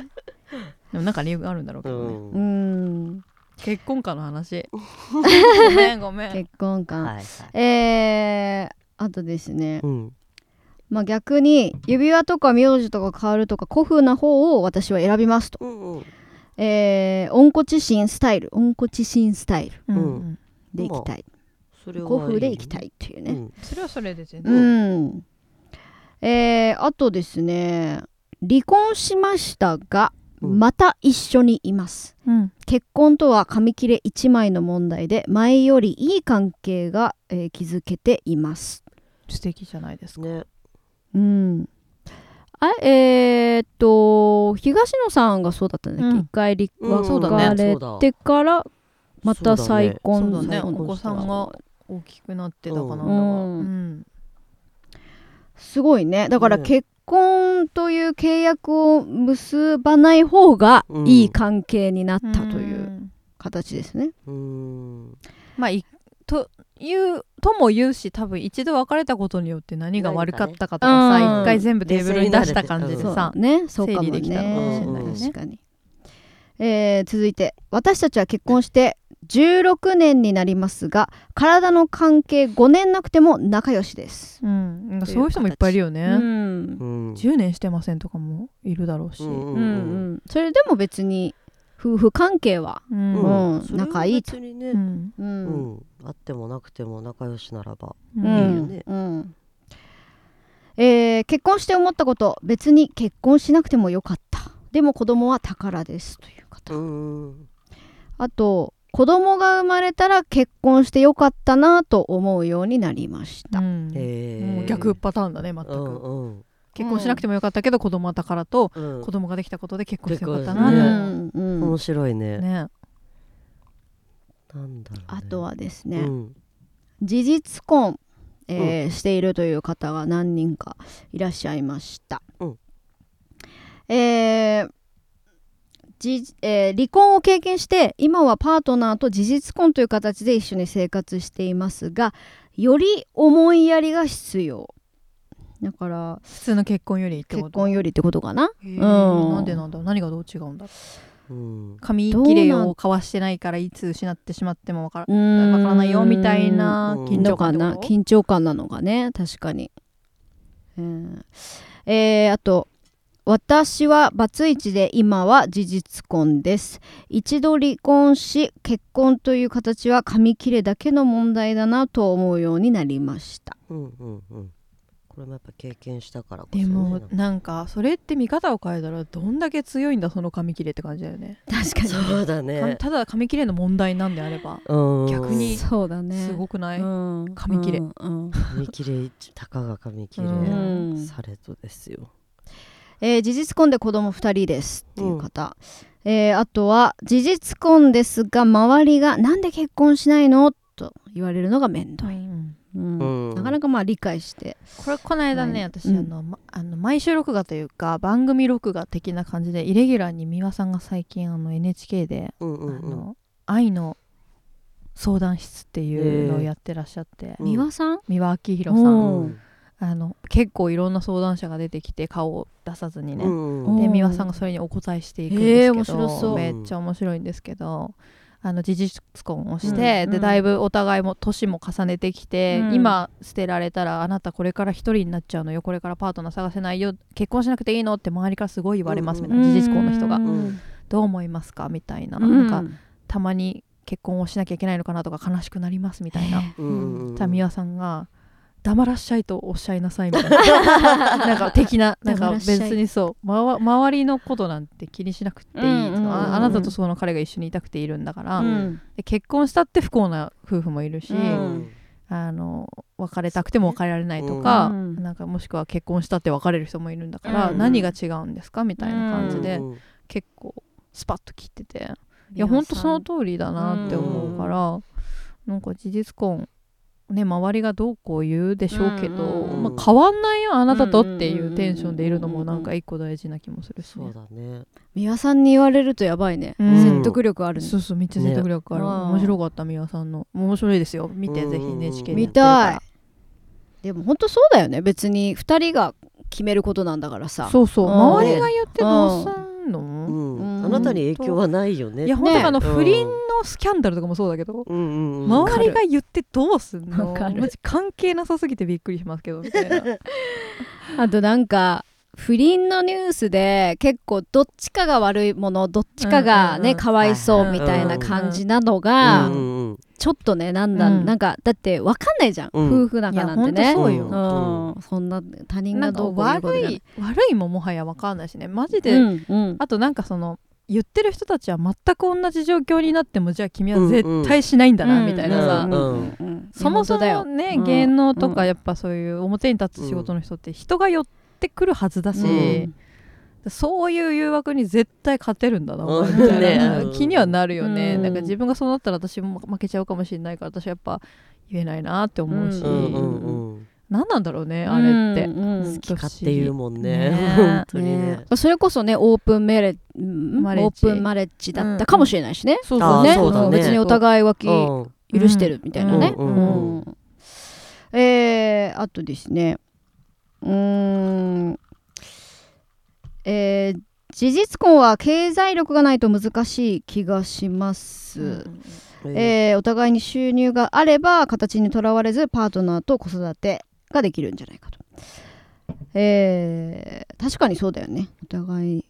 Speaker 2: もなんか理由があるんだろうけ
Speaker 3: う
Speaker 2: どね、
Speaker 1: うんん
Speaker 2: 結婚かの話 ごめんごめん
Speaker 1: 結婚観、
Speaker 3: はいはい
Speaker 1: えー、あとですね、
Speaker 3: うん
Speaker 1: まあ、逆に指輪とか名字とか変わるとか古風な方を私は選びますと、
Speaker 3: うんうん
Speaker 1: えー、温故知新スタイル温故知新スタイル
Speaker 2: うん
Speaker 3: う
Speaker 1: でいきたい
Speaker 3: それはいい
Speaker 1: 古風でいきたいっていう
Speaker 3: う
Speaker 1: ね
Speaker 3: ん
Speaker 2: それはそれで全
Speaker 1: う
Speaker 2: 然、
Speaker 1: ん、えー、あとですね離婚しましたが
Speaker 3: うん
Speaker 1: また一緒にいます、結婚とは紙切れ1枚の問題で前よりいい関係が、えー築けています。
Speaker 2: 素敵じゃないですか、
Speaker 3: ね
Speaker 1: うん、あえーっと東野さんがそうだったんだっけ、
Speaker 2: うん
Speaker 1: 一回離
Speaker 3: うん
Speaker 2: そうだね
Speaker 1: 別れてからまた再
Speaker 2: そ
Speaker 1: 婚
Speaker 2: うだね
Speaker 1: 再婚
Speaker 2: お子さんが大きくなってたかな、
Speaker 3: うん
Speaker 2: ん
Speaker 1: すごいねだから
Speaker 3: ね
Speaker 1: 結婚という契約を結ばない方が
Speaker 3: うん
Speaker 1: いい関係になっ
Speaker 2: うん
Speaker 1: たという形ですね。
Speaker 3: うん
Speaker 2: まあいというとも言うし多分一度別れたことによって何が悪かったかとかさ
Speaker 1: 何かね
Speaker 2: 一、回全部テーブルに出した感じ
Speaker 3: う
Speaker 2: で
Speaker 3: ん
Speaker 1: そう
Speaker 2: さ、
Speaker 1: ねそうかも
Speaker 2: 整理できたの
Speaker 3: かもしれない
Speaker 1: ね
Speaker 3: ね
Speaker 1: 確かに、えー続いて私たちは結婚して16年になりますが体の関係5年なくても仲良しです、
Speaker 2: うんなんかそういう人もいっぱいいるよね、
Speaker 1: うん
Speaker 3: うん
Speaker 2: 10年してませんとかもいるだろうし、
Speaker 3: うん
Speaker 1: うんうんそれでも別に夫婦関係は
Speaker 2: うん
Speaker 1: う
Speaker 2: うん
Speaker 1: ん
Speaker 3: それは
Speaker 1: 仲いいと
Speaker 3: 別にね
Speaker 2: うん
Speaker 1: う
Speaker 3: うんんあってもなくても仲良しならば
Speaker 1: う
Speaker 3: いい
Speaker 1: ん
Speaker 3: よね
Speaker 1: うんえー結婚して思ったこと別に結婚しなくてもよかったでも子供は宝ですという方
Speaker 3: うん
Speaker 1: あと子供が生まれたら結婚してよかったなと思うようになりました、
Speaker 2: うん
Speaker 3: えー
Speaker 2: もう逆パターンだね全く、
Speaker 3: うんうん
Speaker 2: 結婚しなくてもよかったけど子供は宝と
Speaker 3: うん
Speaker 2: 子供ができたことで結婚してよかった
Speaker 1: う
Speaker 2: な、
Speaker 3: うん
Speaker 1: うん
Speaker 3: 面白いね
Speaker 2: ね
Speaker 3: なんだろうね
Speaker 1: あとはですね、
Speaker 3: うん
Speaker 1: 事実婚、えーしているという方が何人かいらっしゃいました、
Speaker 3: うん
Speaker 1: えーじえー離婚を経験して今はパートナーと事実婚という形で一緒に生活していますがより思いやりが必要だから
Speaker 2: 普通の結婚よりってこ
Speaker 1: 結
Speaker 2: と
Speaker 1: 婚よりってことかな
Speaker 2: へー
Speaker 1: うん
Speaker 2: なんでなんだろう何がどう違うんだろう
Speaker 3: うん
Speaker 2: 髪切れを交わしてないからいつ失ってしまってもわから
Speaker 1: うーん
Speaker 2: わからないよみたいな
Speaker 3: うん
Speaker 2: 緊張感って
Speaker 1: の
Speaker 2: こと
Speaker 1: かな緊張感なのがね確かに、うんえーあと私はバツイチで今は事実婚です一度離婚し結婚という形は紙切れだけの問題だなと思うようになりました
Speaker 3: うんうんうんこれもやっぱ経験したからこそね
Speaker 2: でも
Speaker 3: なんか
Speaker 2: なんかそれって見方を変えたらどんだけ強いんだその紙切れって感じだよね
Speaker 1: 確か
Speaker 3: そうだ
Speaker 2: か
Speaker 3: ね
Speaker 2: ただ紙切れの問題なんであれば
Speaker 3: うん
Speaker 2: 逆に
Speaker 1: そうだね
Speaker 2: すごくない、
Speaker 1: うん
Speaker 2: 紙切れ
Speaker 1: うんうん
Speaker 3: 紙切れ一たかが紙切
Speaker 1: うん
Speaker 3: れされとですよ
Speaker 1: えー事実婚で子供2人ですっていう方、えーあとは事実婚ですが周りが「なんで結婚しないの?」と言われるのが面倒い、
Speaker 2: うん
Speaker 1: うん
Speaker 3: うん
Speaker 1: なかなかまあ理解して
Speaker 2: これこの間ね、
Speaker 1: はい
Speaker 2: 私、
Speaker 1: うん
Speaker 2: あのまあの毎週録画というか番組録画的な感じでイレギュラーに美輪さんが最近あの NHK で、
Speaker 3: うんう
Speaker 2: あ
Speaker 3: んうん
Speaker 2: の愛の相談室っていうのをやってらっしゃって、
Speaker 3: うん
Speaker 1: 美輪さん
Speaker 2: 美輪明宏さ
Speaker 1: うん
Speaker 2: ん
Speaker 3: うん
Speaker 2: あの結構いろんな相談者が出てきて顔を出さずにね、
Speaker 3: うん
Speaker 1: うん
Speaker 2: で美輪さんがそれにお答えしていくんですけど、
Speaker 1: へー面白そう
Speaker 2: めっちゃ面白いんですけどあの事実婚をして、
Speaker 1: うんう
Speaker 2: で
Speaker 1: ん
Speaker 2: だいぶお互いも年も重ねてきて、
Speaker 1: うん
Speaker 2: 今捨てられたらあなたこれから一人になっちゃうのよこれからパートナー探せないよ結婚しなくていいのって周りからすごい言われますみたいな、
Speaker 1: うん
Speaker 2: 事実婚の人が、
Speaker 1: うん
Speaker 2: どう思いますかみたいな,、な
Speaker 1: なん
Speaker 2: か
Speaker 1: んか
Speaker 2: たまに結婚をしなきゃいけないのかなとか悲しくなりますみたいな。
Speaker 3: うんうん
Speaker 2: じゃあ美輪さんが「黙らっしゃいとおっしゃいなさい」みた いななんか的ななんか
Speaker 1: 黙らっしゃい
Speaker 2: 別にそう、まわ周りのことなんて気にしなくていい、
Speaker 1: うんうんうんうん
Speaker 2: ああなたとその彼が一緒にいたくているんだから、
Speaker 1: うん
Speaker 2: で結婚したって不幸な夫婦もいるし、
Speaker 1: うん
Speaker 2: あの別れたくても別れられないとか,、
Speaker 1: うん
Speaker 2: なんかもしくは結婚したって別れる人もいるんだから、
Speaker 1: うん
Speaker 2: 何が違うんですかみたいな感じで、
Speaker 3: うんうん
Speaker 2: 結構スパッと切ってて。いや本当その通りだなって思うから、なんか事実婚ね周りがどうこう言うでしょうけど、
Speaker 1: うん
Speaker 3: うんうん
Speaker 2: まあ、変わんないよあなたとってい
Speaker 1: んうんうんうんうん
Speaker 2: ううテンションでいるのもなんか一個大事な気もするし、
Speaker 3: そうだね
Speaker 1: 美輪さんに言われるとやばいね、
Speaker 2: うん
Speaker 1: 説得力あるね
Speaker 2: そうそうめっちゃ説得力ある、
Speaker 1: ね
Speaker 2: 面白かった美輪さんの面白いですよ見て
Speaker 3: うん
Speaker 2: ぜひ NHK で
Speaker 1: 見たいでも本当そうだよね別に2人が決めることなんだからさ
Speaker 2: そうそう
Speaker 1: うん
Speaker 2: 周りが言ってどうすんの、
Speaker 3: うん
Speaker 1: うん
Speaker 3: あなたに影響はないよね
Speaker 2: いや本当にあの
Speaker 3: ね
Speaker 2: 不倫のスキャンダルとかもそうだけど、
Speaker 3: うんうんうん
Speaker 2: 周りが言ってどうすんの
Speaker 1: わかる
Speaker 2: マジ関係なさすぎてびっくりしますけどみたいな
Speaker 1: あとなんか不倫のニュースで結構どっちかが悪いものどっちかが
Speaker 2: うんうん
Speaker 1: ね、
Speaker 2: うん
Speaker 1: かわいそうみたいな感じなのが、
Speaker 3: うんうんうん
Speaker 1: ちょっとねなんだ、
Speaker 2: うん
Speaker 1: なんかだってわかんないじゃん、
Speaker 3: うん
Speaker 1: 夫婦仲なんてね
Speaker 2: いやほんとそうよ
Speaker 1: う
Speaker 3: うん
Speaker 1: ん、そんな他人
Speaker 2: な
Speaker 1: が
Speaker 2: んか
Speaker 1: どうこう言うこと
Speaker 2: 悪
Speaker 1: じゃない
Speaker 2: 悪いももはや分かんないしねマジで、
Speaker 1: うんうん、
Speaker 2: あとなんかその言ってる人たちは全く同じ状況になってもじゃあ君は絶対しないんだな、みたいなさ、
Speaker 3: うん
Speaker 1: うん
Speaker 2: そもそ
Speaker 1: いや
Speaker 2: も
Speaker 1: 本
Speaker 2: ね、
Speaker 1: うん
Speaker 2: 芸能と
Speaker 1: う
Speaker 2: かやっぱそういう表に立つ仕事の人って人が寄ってくるはずだし、
Speaker 1: 当だよ
Speaker 2: そういう誘惑に絶対勝てるんだな、お前
Speaker 3: うん
Speaker 2: みたいな
Speaker 3: ね
Speaker 2: 気にはなるよね、
Speaker 1: うん
Speaker 2: なんか自分がそうなったら私も負けちゃうかもしれないから私はやっぱ言えないなって思うし、
Speaker 1: う
Speaker 3: うんうんうん
Speaker 2: 何なんだろうね
Speaker 1: うん
Speaker 2: あれって。
Speaker 1: うんうん
Speaker 2: 好き
Speaker 3: き勝手言うもんね
Speaker 2: ね
Speaker 3: 本当にね
Speaker 1: ねそれこそねオープンメレうん
Speaker 2: マレッジ
Speaker 1: オープンマレッジだったかもしれないしね,、
Speaker 2: そう
Speaker 3: そう
Speaker 1: ね
Speaker 3: あーそうだね
Speaker 1: 別にお互い浮
Speaker 3: うん
Speaker 1: 気許してるみたいなね、
Speaker 3: うんうん
Speaker 1: えーあとですねうーんえー事実婚は経済力がないと難しい気がします、えーお互いに収入があれば形にとらわれずパートナーと子育てができるんじゃないかと、えー確かにそうだよねお互い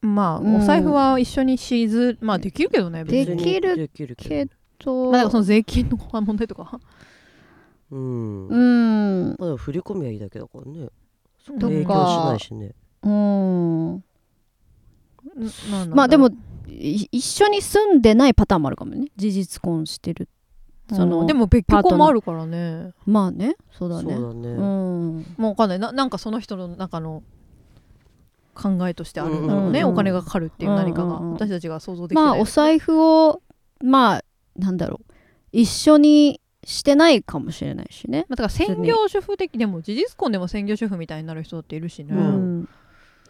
Speaker 2: まあ、
Speaker 1: うん
Speaker 2: お財布は一緒にしずまあできるけどね
Speaker 1: で
Speaker 2: 別
Speaker 1: き
Speaker 2: に、
Speaker 1: る
Speaker 3: できる
Speaker 1: け
Speaker 3: ど
Speaker 1: と、
Speaker 2: まあ、だからその税金の問題とか
Speaker 3: うん
Speaker 1: うーん
Speaker 3: まあ振り込みはいいだけだからね
Speaker 2: うん
Speaker 1: と
Speaker 3: 影響し
Speaker 1: か
Speaker 3: ないしね
Speaker 1: うーん
Speaker 2: ななんだろう
Speaker 1: まあでもい一緒に住んでないパターンもあるかもね事実婚してるその
Speaker 2: でも別居婚もあるからね
Speaker 1: まあねそうだ
Speaker 3: そう
Speaker 1: ね
Speaker 3: だね、
Speaker 1: うん
Speaker 2: もうわかんないななんかその人の中の考えとしてあるんだろうね、
Speaker 1: うんうんうん
Speaker 2: お金がかかるっていう何かが、
Speaker 1: うんうんうん
Speaker 2: 私たちが想像できて
Speaker 1: まあ
Speaker 2: ない、
Speaker 1: お財布をまあなんだろう一緒にしてないかもしれないしね
Speaker 2: まあ、だから専業主婦的でも事実婚でも専業主婦みたいになる人だっているしね、
Speaker 3: う
Speaker 1: うんん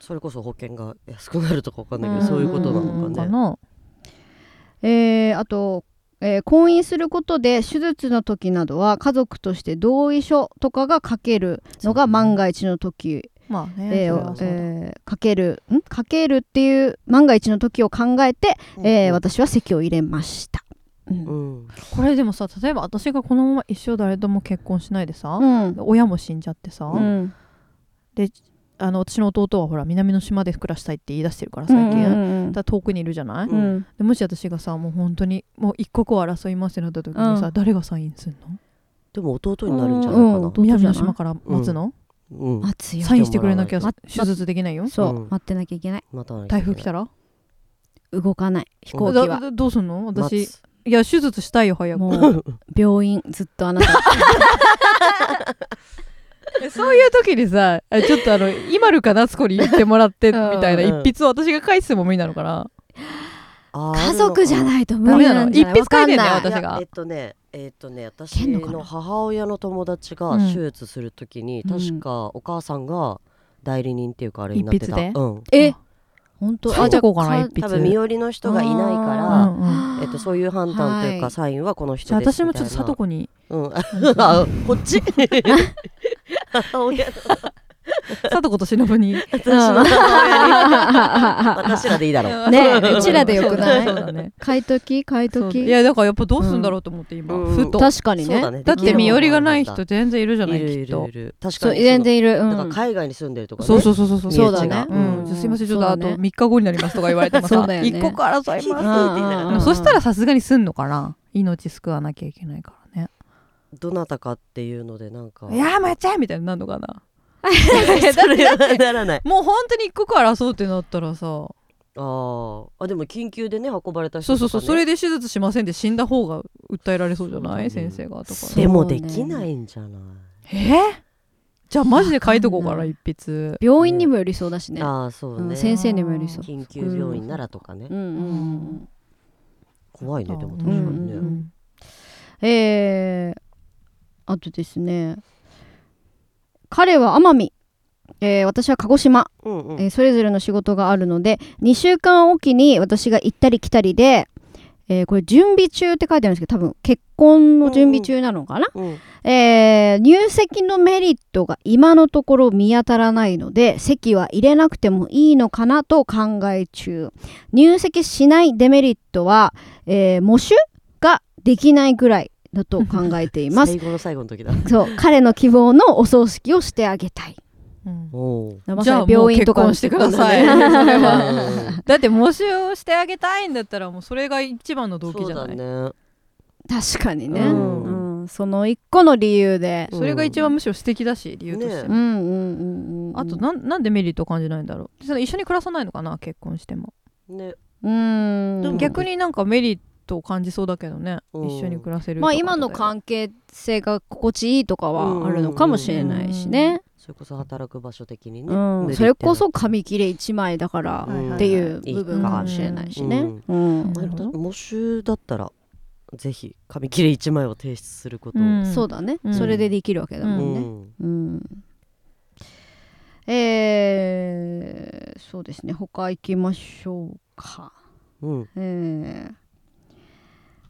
Speaker 3: それこそ保険が安くなるとかわかんないけど、そういうことなのかね、
Speaker 2: な
Speaker 1: えーあと、えー婚姻することで手術の時などは家族として同意書とかが書けるのが万が一の時、
Speaker 2: まあね、
Speaker 1: えー
Speaker 2: そ
Speaker 1: を
Speaker 2: れはそうだ
Speaker 1: えー書けるん書けるっていう万が一の時を考えて、えー私は籍を入れました。うん
Speaker 3: うん、
Speaker 2: これでもさ例えば私がこのまま一生誰とも結婚しないでさ、
Speaker 1: うん
Speaker 2: 親も死んじゃってさ、
Speaker 1: うん
Speaker 2: あの私の弟はほら南の島で暮らしたいって言い出してるから
Speaker 1: う
Speaker 2: 最
Speaker 1: ん
Speaker 2: 近、だか
Speaker 1: うん
Speaker 2: ら遠くにいるじゃない、
Speaker 1: うんうん
Speaker 2: でもし私がさもう本当にもう一刻を争いますってなった時にさ、
Speaker 1: うん
Speaker 2: 誰がサインすんの
Speaker 3: でも弟になるんじゃないかな、
Speaker 1: 弟じゃない
Speaker 2: 南の島から待つの、
Speaker 3: うん
Speaker 1: 待つよ
Speaker 2: サインしてくれなきゃ
Speaker 3: 待
Speaker 2: 手術できないよ
Speaker 1: そう、
Speaker 3: うん
Speaker 1: 待ってなきゃいけない
Speaker 3: また
Speaker 2: 台風来た
Speaker 3: ら
Speaker 2: ら
Speaker 1: 動かない飛行
Speaker 3: 後
Speaker 1: 機は
Speaker 2: だどうすんの
Speaker 3: 待
Speaker 2: 私
Speaker 3: つ
Speaker 2: いや手術したいよ 早く
Speaker 1: もう病院ずっとあなた
Speaker 2: そういう時にさあちょっとあの今るか夏子に言ってもらってみ
Speaker 1: うん
Speaker 2: たいな
Speaker 3: うん
Speaker 2: 一筆を私が返しても無理なのかな
Speaker 3: あー
Speaker 1: 家族じゃ
Speaker 3: い
Speaker 1: ないと無理なんじゃない
Speaker 2: ダメなの一筆書いてんだよ
Speaker 1: わか
Speaker 2: 私
Speaker 1: な
Speaker 2: が
Speaker 3: えっとねえっとね私
Speaker 1: けんのかな
Speaker 3: の母親の友達が
Speaker 2: うん
Speaker 3: 手術するときに、
Speaker 1: うん
Speaker 3: 確かお母さんが代理人っていうかあれになってた、
Speaker 2: 一筆で
Speaker 3: うん、
Speaker 1: え本当
Speaker 2: 書いてこうかな一
Speaker 1: か
Speaker 2: 筆
Speaker 3: 多分身寄りの人がいない
Speaker 2: うんう
Speaker 3: か
Speaker 2: ん
Speaker 3: ら、えっと、そういう判断というか、
Speaker 1: はい
Speaker 3: サインはこの
Speaker 2: じゃ
Speaker 3: 人
Speaker 2: あ
Speaker 3: です
Speaker 2: 私
Speaker 3: み
Speaker 2: も
Speaker 3: た
Speaker 2: ちょ
Speaker 3: い
Speaker 2: っ
Speaker 3: な
Speaker 2: と聡子に
Speaker 3: うんあこっち母親の
Speaker 2: 聡子と忍にね
Speaker 3: 私の母親に私らでいいだろ う
Speaker 1: うちらでよくない
Speaker 2: そうだね
Speaker 1: 買い時買い
Speaker 2: そう
Speaker 1: 時
Speaker 2: いやだからやっぱどうすんだろうと思って今
Speaker 3: うん
Speaker 2: ふと
Speaker 1: 確かに
Speaker 3: そう
Speaker 1: ね
Speaker 3: だね
Speaker 2: だって身寄りがない
Speaker 3: で
Speaker 2: 人全然いるじゃ
Speaker 3: き
Speaker 2: ない
Speaker 3: る
Speaker 2: き
Speaker 3: い
Speaker 2: っと
Speaker 3: るいる確
Speaker 1: そ
Speaker 3: か
Speaker 1: う
Speaker 3: に
Speaker 1: 全然いるう
Speaker 3: そのなん
Speaker 1: ん
Speaker 3: か海外に住んでるとかね
Speaker 2: そうそうそうそうそう
Speaker 1: そうだね
Speaker 3: 身内がうん
Speaker 1: うん
Speaker 2: じゃあすいませんちょっと
Speaker 1: そ
Speaker 2: あ
Speaker 1: うだね
Speaker 2: と3日後になりますとか言われても
Speaker 1: そう
Speaker 2: さ
Speaker 1: だよね
Speaker 2: 一刻争います
Speaker 3: 聞いていいんだから
Speaker 1: うんうんうん
Speaker 2: そしたらさすがにすんのかな命救わなきゃいけないからね
Speaker 3: どなたかっていうのでなんか
Speaker 2: いやーまっちゃえみたいになるのかな
Speaker 3: それはならない
Speaker 2: もう本当に一刻争うってなったらさ
Speaker 3: あーあでも緊急でね運ばれた人
Speaker 2: そうそ
Speaker 3: とか
Speaker 2: う
Speaker 3: ね
Speaker 2: そうそれで手術しませんで死んだ方が訴えられそうじゃない
Speaker 3: そ
Speaker 2: 先
Speaker 3: うだね
Speaker 2: 生がとか
Speaker 1: そう
Speaker 3: でもできないんじゃない
Speaker 2: えーじゃあマジで書いとこうか
Speaker 1: わか
Speaker 2: なん一筆
Speaker 1: 病院にもよりそうだしね
Speaker 3: ああそう
Speaker 1: うん
Speaker 3: ね
Speaker 1: 先生にもよりそう
Speaker 3: 緊急病院ならとかね
Speaker 1: うんうん
Speaker 3: 怖いねでも確
Speaker 1: うん
Speaker 3: か
Speaker 1: う
Speaker 3: に
Speaker 1: んう
Speaker 3: ね
Speaker 1: んえーあとですね彼は奄美えー私は鹿児島
Speaker 3: うんうん
Speaker 1: えーそれぞれの仕事があるので2週間おきに私が行ったり来たりで、えーこれ準備中って書いてあるんですけど多分結婚の準備中なのかな、
Speaker 3: うん
Speaker 1: えー入籍のメリットが今のところ見当たらないので籍は入れなくてもいいのかなと考え中入籍しないデメリットは、えー喪主ができないぐらいだと考えてい ます
Speaker 3: 最後の最後の 時だ
Speaker 1: そう彼の希望のお葬式をしてあげたい
Speaker 2: うん
Speaker 3: おー
Speaker 1: ま
Speaker 2: じゃ
Speaker 1: さ
Speaker 2: あ
Speaker 1: に
Speaker 2: もう
Speaker 1: 病院
Speaker 2: 結
Speaker 1: とかの
Speaker 2: 婚してください
Speaker 1: 結婚だね
Speaker 2: それは
Speaker 3: う ん
Speaker 2: だって募集をしてあげたいんだったらもうそれが一番の動機
Speaker 3: そう
Speaker 2: じゃな
Speaker 3: だ
Speaker 2: いそ,、
Speaker 3: ね
Speaker 1: 確かにね、
Speaker 3: う
Speaker 1: うんんその一個の理由で、
Speaker 3: うん
Speaker 2: れが一番むしろ素敵だし理由として、
Speaker 1: うんう
Speaker 3: ね
Speaker 1: んうんうん、
Speaker 2: あとなんなんでメリットを感じないんだろうその一緒に暮らさないのかな結婚しても、
Speaker 3: ね
Speaker 1: うん
Speaker 3: でも
Speaker 2: 逆になんかメリットを感じそうだけどね、
Speaker 3: うん
Speaker 2: 一緒に暮らせるとか
Speaker 1: まあ
Speaker 2: だよ
Speaker 1: 今の関係性が心地いいとかはあるのかもしれないしね、
Speaker 3: それこそ働く場所的に
Speaker 1: う
Speaker 3: ね
Speaker 1: ん
Speaker 3: うん
Speaker 1: それこそ紙切れ1枚だから
Speaker 2: はいはいはい
Speaker 1: っていう部分かもしれないしね、
Speaker 3: うん
Speaker 1: うん
Speaker 2: うん
Speaker 3: あれだ募集だったらぜひ紙切れ1枚を提出することを
Speaker 2: うん
Speaker 1: そうだね、
Speaker 2: うん
Speaker 1: それでできるわけだもんね、うんえーそうですね他行きましょうか
Speaker 3: うんうん
Speaker 1: えー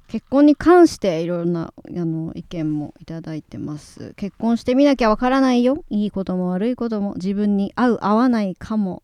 Speaker 1: 結婚に関していろんなあの意見もいただいてます結婚してみなきゃわからないよいいことも悪いことも自分に合う合わないかも、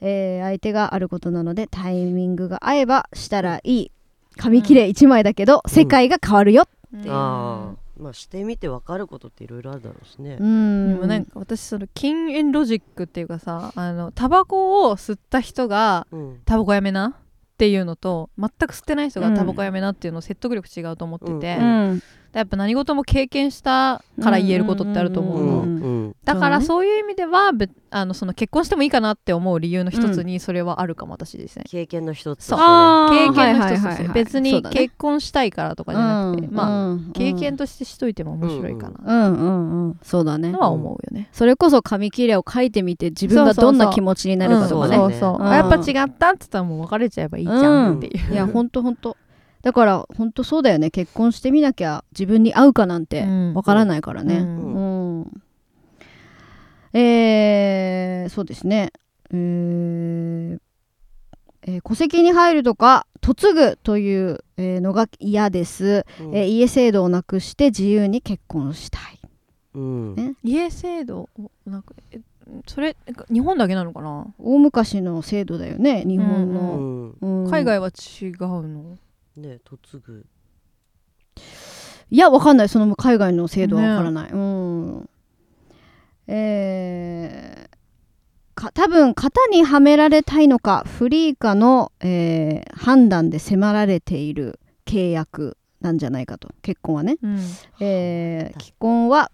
Speaker 1: えー相手があることなのでタイミングが合えばしたらいい紙切れ1枚だけど、
Speaker 3: ん
Speaker 1: 世界が変わるよ、
Speaker 2: うん
Speaker 3: ああまあしてみて分かることっていろいろあるだろうしね
Speaker 1: う
Speaker 2: で
Speaker 1: ん、
Speaker 2: もなんか私その禁煙ロジックっていうかさあのタバコを吸った人が
Speaker 3: うん
Speaker 2: タバコやめなっていうのと全く吸ってない人がタバコやめなっていうの説得力違うと思ってて、
Speaker 3: うん
Speaker 1: うん
Speaker 2: やっぱ何事も経験したから言えることってあると思
Speaker 1: う
Speaker 2: うの、
Speaker 1: んうんうん
Speaker 3: うん
Speaker 2: だから
Speaker 1: そう
Speaker 2: そういう意味ではべあのその結婚してもいいかなって思う理由の一つにそれはあるかも、私ですね
Speaker 3: 経験の一つ
Speaker 2: そう
Speaker 1: あ
Speaker 2: 経
Speaker 1: ー
Speaker 2: 験の一つです
Speaker 1: はいはいはいはい
Speaker 2: 別
Speaker 1: そう
Speaker 2: に
Speaker 1: だね
Speaker 2: 結婚したいからとかじゃなくて、
Speaker 1: うん
Speaker 2: まあ、
Speaker 1: うん
Speaker 2: 経験としてしといても面白いかな
Speaker 1: うんうんうんそうだね
Speaker 2: のは思うよね、
Speaker 1: それこそ紙切れを書いてみて自分が
Speaker 2: そうそうそ
Speaker 1: ど
Speaker 2: うん
Speaker 1: な気持ちになるかと
Speaker 2: そ
Speaker 1: か
Speaker 2: う
Speaker 1: ね
Speaker 2: そう
Speaker 3: うん
Speaker 2: やっぱ違ったって言ったらもう別れちゃえばいいじゃんっていう、
Speaker 1: いやほんとほんとだからほんとそうだよね結婚してみなきゃ自分に合うかなんて
Speaker 2: うん
Speaker 1: わからないからね
Speaker 2: う
Speaker 1: う
Speaker 2: ん
Speaker 1: ん、えーそうですねえーえー戸籍に入るとか嫁ぐというえーのが嫌です、
Speaker 3: うん
Speaker 1: えー家制度をなくして自由に結婚したい
Speaker 3: うん
Speaker 1: ね
Speaker 2: 家制度をなんかえそれ日本だけなのかな、
Speaker 1: 大昔の制度だよね日本
Speaker 3: う
Speaker 1: の、
Speaker 3: ん
Speaker 1: うん
Speaker 2: 海外は違うの
Speaker 3: ね嫁ぐ
Speaker 1: いやわかんないその海外の制度はわからない、うんえーか多分型にはめられたいのかフリーかの、えー判断で迫られている契約なんじゃないかと結婚はね、
Speaker 2: うん
Speaker 1: えー既婚は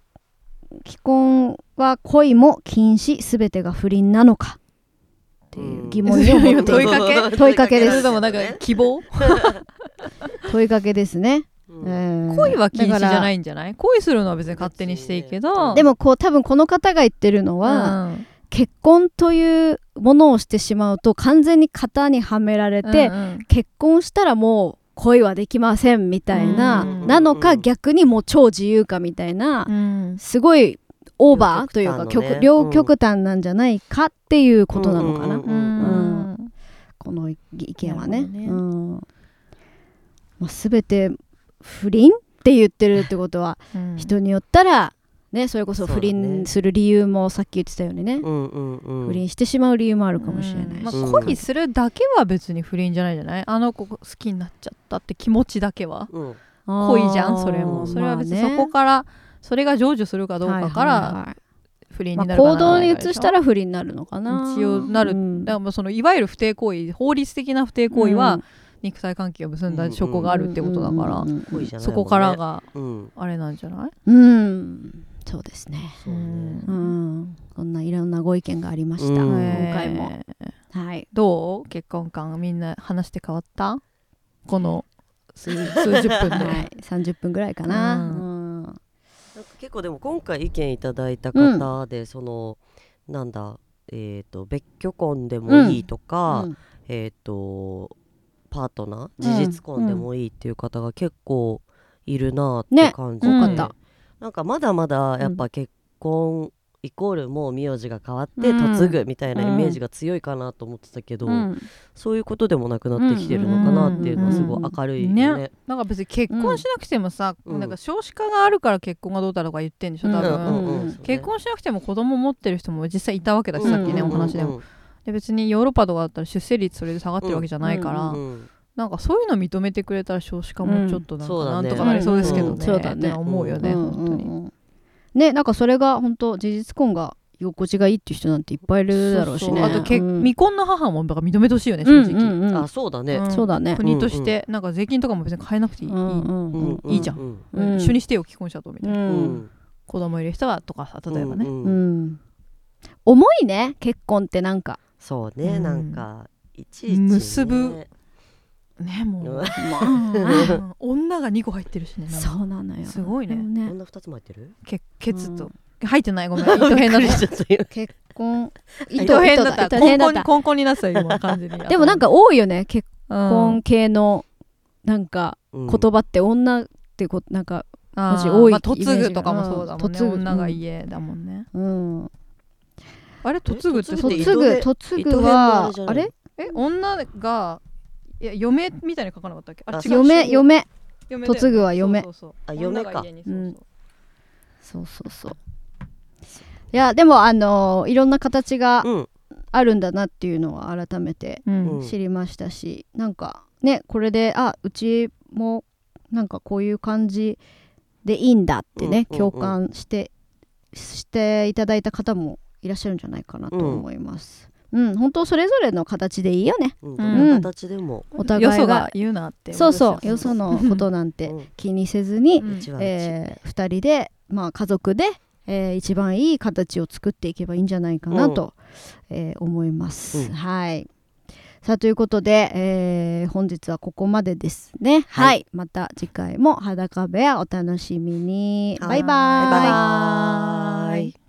Speaker 1: 既婚は恋も禁止すべてが不倫なのかっていう疑問に思っている、
Speaker 2: 問いか け
Speaker 1: 問いかけです
Speaker 2: それともなんか希望
Speaker 1: 問いかけですね、
Speaker 3: うん
Speaker 1: えー
Speaker 2: 恋は禁止じ
Speaker 1: だ
Speaker 2: ゃ
Speaker 1: から
Speaker 2: ないんじゃない恋するのは別に勝手にしていいけど
Speaker 1: でもこう多分この方が言ってるのは、
Speaker 2: うん
Speaker 1: 結婚というものをしてしまうと完全に型にはめられて、
Speaker 2: うんうん
Speaker 1: 結婚したらもう恋はできませんみたいな、
Speaker 2: うん
Speaker 1: なの
Speaker 3: う
Speaker 1: か
Speaker 3: ん
Speaker 1: 逆にもう超自由かみたいな、
Speaker 2: うん
Speaker 1: すごいオーバーというか
Speaker 3: 両極端のね
Speaker 1: 極両極端なんじゃないかっていうことなのかな、
Speaker 3: うん
Speaker 1: んこの意見はね。
Speaker 2: なるほどね
Speaker 1: うんまあ、全て不倫って言ってるってことは
Speaker 2: うん
Speaker 1: 人によったら、ね、それこそ不
Speaker 3: そうだ
Speaker 1: 倫
Speaker 3: ね
Speaker 1: する理由もさっき言ってたようにね、
Speaker 3: うんうんうん
Speaker 1: 不倫してしまう理由もあるかもしれ
Speaker 2: う
Speaker 1: なんい
Speaker 2: まあ
Speaker 1: し、
Speaker 3: うん
Speaker 2: 恋するだけは別に不倫じゃないじゃないあの子好きになっちゃったって気持ちだけは
Speaker 3: うん
Speaker 2: 恋じゃんそれ
Speaker 1: あー
Speaker 2: もそれは別に
Speaker 1: ま
Speaker 2: そ
Speaker 1: あね
Speaker 2: こからそれが成就するかどう
Speaker 1: は
Speaker 2: かか
Speaker 1: いはい
Speaker 2: ら
Speaker 1: はい
Speaker 2: 不倫
Speaker 1: ま
Speaker 2: に
Speaker 1: あ
Speaker 2: なるか
Speaker 1: 行
Speaker 2: なら
Speaker 1: 動
Speaker 2: な
Speaker 1: に
Speaker 2: い
Speaker 1: 移
Speaker 2: かでしょ
Speaker 1: したら不倫になるのかな
Speaker 2: 一応なる
Speaker 1: うん
Speaker 2: だからもうそのいわゆる不貞行為法律的な不貞行為
Speaker 1: う
Speaker 2: は
Speaker 1: ん
Speaker 2: 肉体関係を結んだ証拠があるってことだから、
Speaker 1: うん
Speaker 3: 恋じゃない
Speaker 2: そこから
Speaker 3: が
Speaker 2: が
Speaker 3: うん
Speaker 2: あれなんじゃない、
Speaker 1: うんそうですね
Speaker 3: そうね
Speaker 1: うんこんないろんなご意見がありました、
Speaker 3: うん
Speaker 1: 今回も
Speaker 2: えー
Speaker 1: はい
Speaker 2: どう結婚観みんな話して変わったこの数数十分で、
Speaker 1: はい30分ぐらいかな、う
Speaker 2: う
Speaker 1: ん
Speaker 3: なんか結構でも今回意見いただいた方で、そのなんだえー、と別居婚でもいいとか、
Speaker 1: うん
Speaker 3: えっ、とパートナー事実婚でもいいっていう方が結構いるなーっ
Speaker 1: ね
Speaker 3: て感じ
Speaker 2: 多
Speaker 3: で、
Speaker 2: かった
Speaker 3: なんかまだまだやっぱ結婚、イコールもう名字が変わって
Speaker 1: うん
Speaker 3: 嫁ぐみたいなイメージが強いかなと思ってたけど、
Speaker 1: うん
Speaker 3: そういうことでもなくなってきてるのかなっていうのはすごい明るいよね。
Speaker 2: ねなんか別に結婚しなくてもさ、
Speaker 3: うん
Speaker 2: なんか少子化があるから結婚がどうだとか言ってんでしょ
Speaker 1: うん
Speaker 2: 多分、
Speaker 1: うん
Speaker 2: 結婚しなくても子供持ってる人も実際いたわけだし、さっきね
Speaker 1: う
Speaker 2: お
Speaker 1: ん
Speaker 2: 話でも、
Speaker 3: も。
Speaker 2: で別にヨーロッパとかだったら出生率それで下がってるわけじゃないから、
Speaker 1: うん
Speaker 3: うん
Speaker 2: なんかそういうの認めてくれたら少子化もちょっとなんか
Speaker 3: うん
Speaker 2: なんとかなりそうですけどね、
Speaker 1: そうだね
Speaker 2: って思うよね、
Speaker 1: うん
Speaker 2: 本当に、
Speaker 1: うんうんねなんかそれが本当事実婚が居心地がいいっていう人なんていっぱいいるだろうしね
Speaker 2: あとけ、
Speaker 1: うん
Speaker 2: 未婚の母もだから認めてほしいよね正
Speaker 1: うん
Speaker 2: 直、
Speaker 1: うんうん
Speaker 3: あそうだね、
Speaker 2: うん
Speaker 1: そうだね
Speaker 2: 国としてなんか税金とかも別に変えなくていい、
Speaker 1: うんうん
Speaker 3: うん
Speaker 1: うん
Speaker 2: いいじゃん
Speaker 3: ん
Speaker 1: うん
Speaker 2: 一緒にしてよ既婚者とみたいな、
Speaker 3: う
Speaker 1: うん
Speaker 3: ん
Speaker 2: 子供いる人はとかさ例えばね、
Speaker 3: うん
Speaker 1: う
Speaker 3: うん
Speaker 1: ん重いね結婚ってなんか
Speaker 3: そうね、
Speaker 2: うん
Speaker 3: なんかいちいち、ね、
Speaker 2: 結ぶねも
Speaker 3: う
Speaker 2: う、
Speaker 3: わ
Speaker 2: うん女が2個入ってるしねなんか
Speaker 1: そうなのよ
Speaker 2: すごいね
Speaker 1: でも
Speaker 3: こんな二つも入ってる
Speaker 2: けケツと、入ってないごめん糸編だっ
Speaker 3: びっくり
Speaker 2: た
Speaker 3: しちゃった今
Speaker 1: 結婚
Speaker 2: 糸編だっ
Speaker 1: 糸
Speaker 2: たコン
Speaker 1: 編だ
Speaker 2: コ
Speaker 1: っ
Speaker 2: ン
Speaker 1: た
Speaker 2: コンコンになってたよ今完全に
Speaker 1: でもなんか多いよね結
Speaker 2: うん
Speaker 1: 婚系のなんか
Speaker 3: うん
Speaker 1: 言葉って女ってこなんか
Speaker 2: あ
Speaker 1: 文字
Speaker 2: ー
Speaker 1: 多い
Speaker 2: まあ
Speaker 1: イメージが
Speaker 2: 嫁ぐとかもそうだもんね
Speaker 1: うん嫁ぐ
Speaker 2: 女が家だもんね、
Speaker 1: うん
Speaker 2: あれ嫁ぐって
Speaker 3: 嫁
Speaker 1: 嫁
Speaker 3: ぐ糸
Speaker 1: ぐ
Speaker 3: 編
Speaker 1: 嫁
Speaker 3: 糸
Speaker 1: ぐ
Speaker 3: 編のあ
Speaker 1: は
Speaker 3: れじゃな
Speaker 1: あ
Speaker 3: い
Speaker 1: れ
Speaker 2: え女がいや嫁みたいに書かなかったっけあ
Speaker 3: あ
Speaker 2: 違う
Speaker 1: 嫁嫁
Speaker 2: 嫁だよ
Speaker 1: 嫁ぐは嫁
Speaker 2: そうそうそう
Speaker 3: あ嫁か
Speaker 2: 女が家にそうそう
Speaker 1: うんそうそうそういやでもあのーいろんな形が
Speaker 3: うん
Speaker 1: あるんだなっていうのは改めて
Speaker 3: うん
Speaker 1: 知りましたし、なんかねこれであうちもなんかこういう感じでいいんだってね、
Speaker 3: うんうんうん
Speaker 1: 共感してしていただいた方もいらっしゃるんじゃないかなと思います。うん、本当それぞれの形でいいよね。
Speaker 3: うんどんな形でも、
Speaker 1: お互い
Speaker 2: よ
Speaker 1: が
Speaker 2: そが言うなって
Speaker 1: そうそう、よ
Speaker 2: よ
Speaker 1: そのことなん
Speaker 3: う
Speaker 1: て
Speaker 3: ん
Speaker 1: 気にせずに、
Speaker 2: うん
Speaker 3: うちはうち、
Speaker 1: えー、2人で、まあ、家族で、ええー一番いい形を作っていけばいいんじゃないかなと、えー思います。
Speaker 3: うん
Speaker 1: はいさあということで、えー本日はここまでですね。はい、
Speaker 3: は
Speaker 1: また次回も裸部屋お楽しみに。
Speaker 3: は
Speaker 1: バ
Speaker 3: い
Speaker 1: イバイ。
Speaker 3: バイバイ